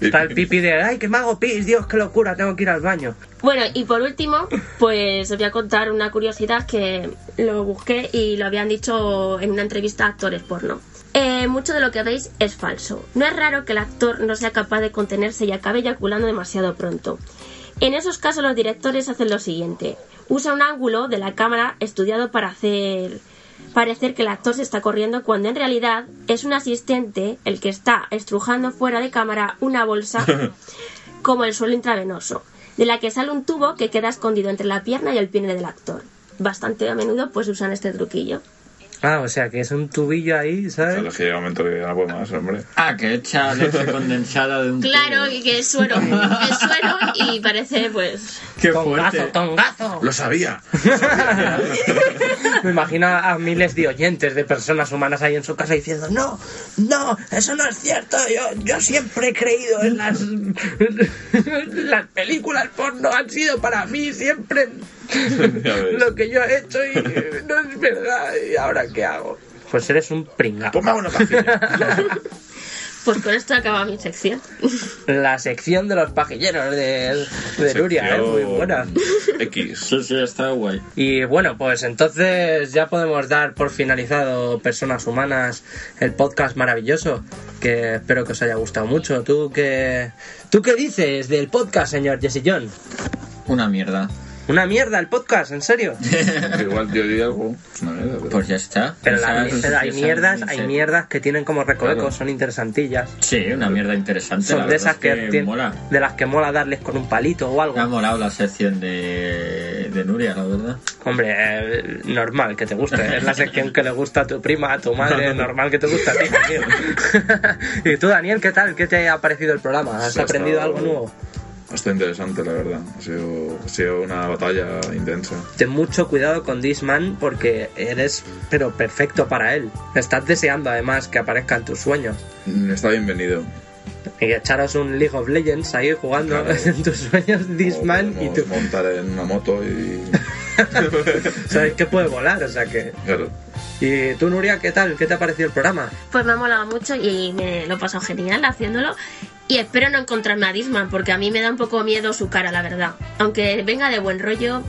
S2: Está el pipí de, ay, que me hago pis, Dios, qué locura, tengo que ir al baño.
S8: Bueno, y por último, pues os voy a contar una curiosidad que lo busqué y lo habían dicho en una entrevista a actores porno. Eh, mucho de lo que veis es falso. No es raro que el actor no sea capaz de contenerse y acabe eyaculando demasiado pronto. En esos casos los directores hacen lo siguiente. Usa un ángulo de la cámara estudiado para hacer parecer que el actor se está corriendo cuando en realidad es un asistente el que está estrujando fuera de cámara una bolsa como el suelo intravenoso, de la que sale un tubo que queda escondido entre la pierna y el pie del actor. Bastante a menudo pues usan este truquillo.
S2: Ah, o sea, que es un tubillo ahí,
S7: Se
S2: ¿sabes?
S7: les llega un momento que ya no puedo más, hombre.
S10: Ah, que echa leche condensada de un
S8: Claro,
S10: tubo.
S8: y que es suero, es suero y parece pues...
S10: Qué
S2: ¡Tongazo,
S10: fuerte.
S2: tongazo!
S7: ¡Lo sabía!
S2: Me imagino a miles de oyentes de personas humanas ahí en su casa diciendo, no, no, eso no es cierto, yo, yo siempre he creído en las... las películas porno han sido para mí siempre
S7: Ya ves.
S2: lo que yo he hecho y no es verdad, ¿y ahora qué hago? Pues eres un pringao.
S7: Ponme una pastilla.
S8: Pues con esto acaba mi sección.
S2: La sección de los pajilleros de, de Nuria, ¿eh? muy buena.
S7: X.
S10: Sí, sí, está guay.
S2: Y bueno, pues entonces ya podemos dar por finalizado Personas Humanas, el podcast maravilloso, que espero que os haya gustado mucho. ¿Tú qué, ¿Tú qué dices del podcast, señor Jesillón?
S10: Una mierda.
S2: Una mierda el podcast, en serio.
S7: Igual yo diría algo. Es una mierda, pero-
S10: Pues ya está.
S2: Pero
S10: O
S2: la-
S10: sea,
S2: pero hay
S10: sí,
S2: mierdas,
S10: sí.
S2: hay mierdas que tienen como recovecos,
S10: Claro.
S2: son interesantillas.
S10: Sí, una mierda interesante. la
S2: Son de
S10: verdad
S2: esas
S10: es
S2: que, tien-
S10: mola.
S2: de las que mola darles con un palito o
S10: Me ha
S2: algo.
S10: molado la sección de, de Nuria, la verdad.
S2: Hombre, eh, normal que te guste. Es la sección que le gusta a tu prima, a tu madre. Normal que te guste a ti, tío. y tú, Daniel, ¿qué tal? ¿Qué te ha parecido el programa? ¿Has
S7: Sí, ha
S2: aprendido
S7: estado-
S2: algo nuevo?
S7: Ha estado interesante, la verdad. Ha sido, ha sido una batalla intensa.
S2: Ten mucho cuidado con Disman porque eres, pero perfecto para él. Estás deseando además que aparezca en tus sueños.
S7: Mm, Está bienvenido.
S2: Y echaros un League of Legends ahí jugando claro. en tus sueños, Disman y tú.
S7: montar en una moto y.
S2: Sabes que puede volar, o sea que.
S7: Claro.
S2: ¿Y tú, Nuria, qué tal? ¿Qué te ha parecido el programa?
S8: Pues me ha molado mucho y me lo he pasado genial haciéndolo. Y espero no encontrarme a Disman, porque a mí me da un poco miedo su cara, la verdad. Aunque venga de buen rollo,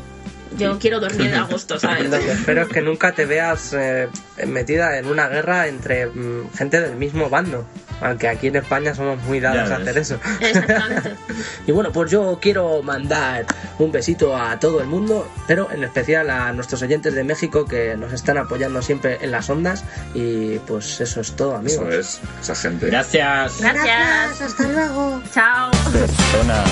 S8: yo quiero dormir a gusto, ¿sabes?
S2: Lo que espero es que nunca te veas eh, metida en una guerra entre mm, gente del mismo bando. Aunque aquí en España somos muy dados a hacer eso.
S8: Exactamente.
S2: y bueno, pues yo quiero mandar un besito a todo el mundo, pero en especial a nuestros oyentes de México que nos están apoyando siempre en las ondas. Y pues eso es todo, amigos.
S7: Eso es, esa gente.
S10: Gracias.
S8: Gracias.
S3: Gracias. Hasta luego.
S8: Chao.
S15: Persona.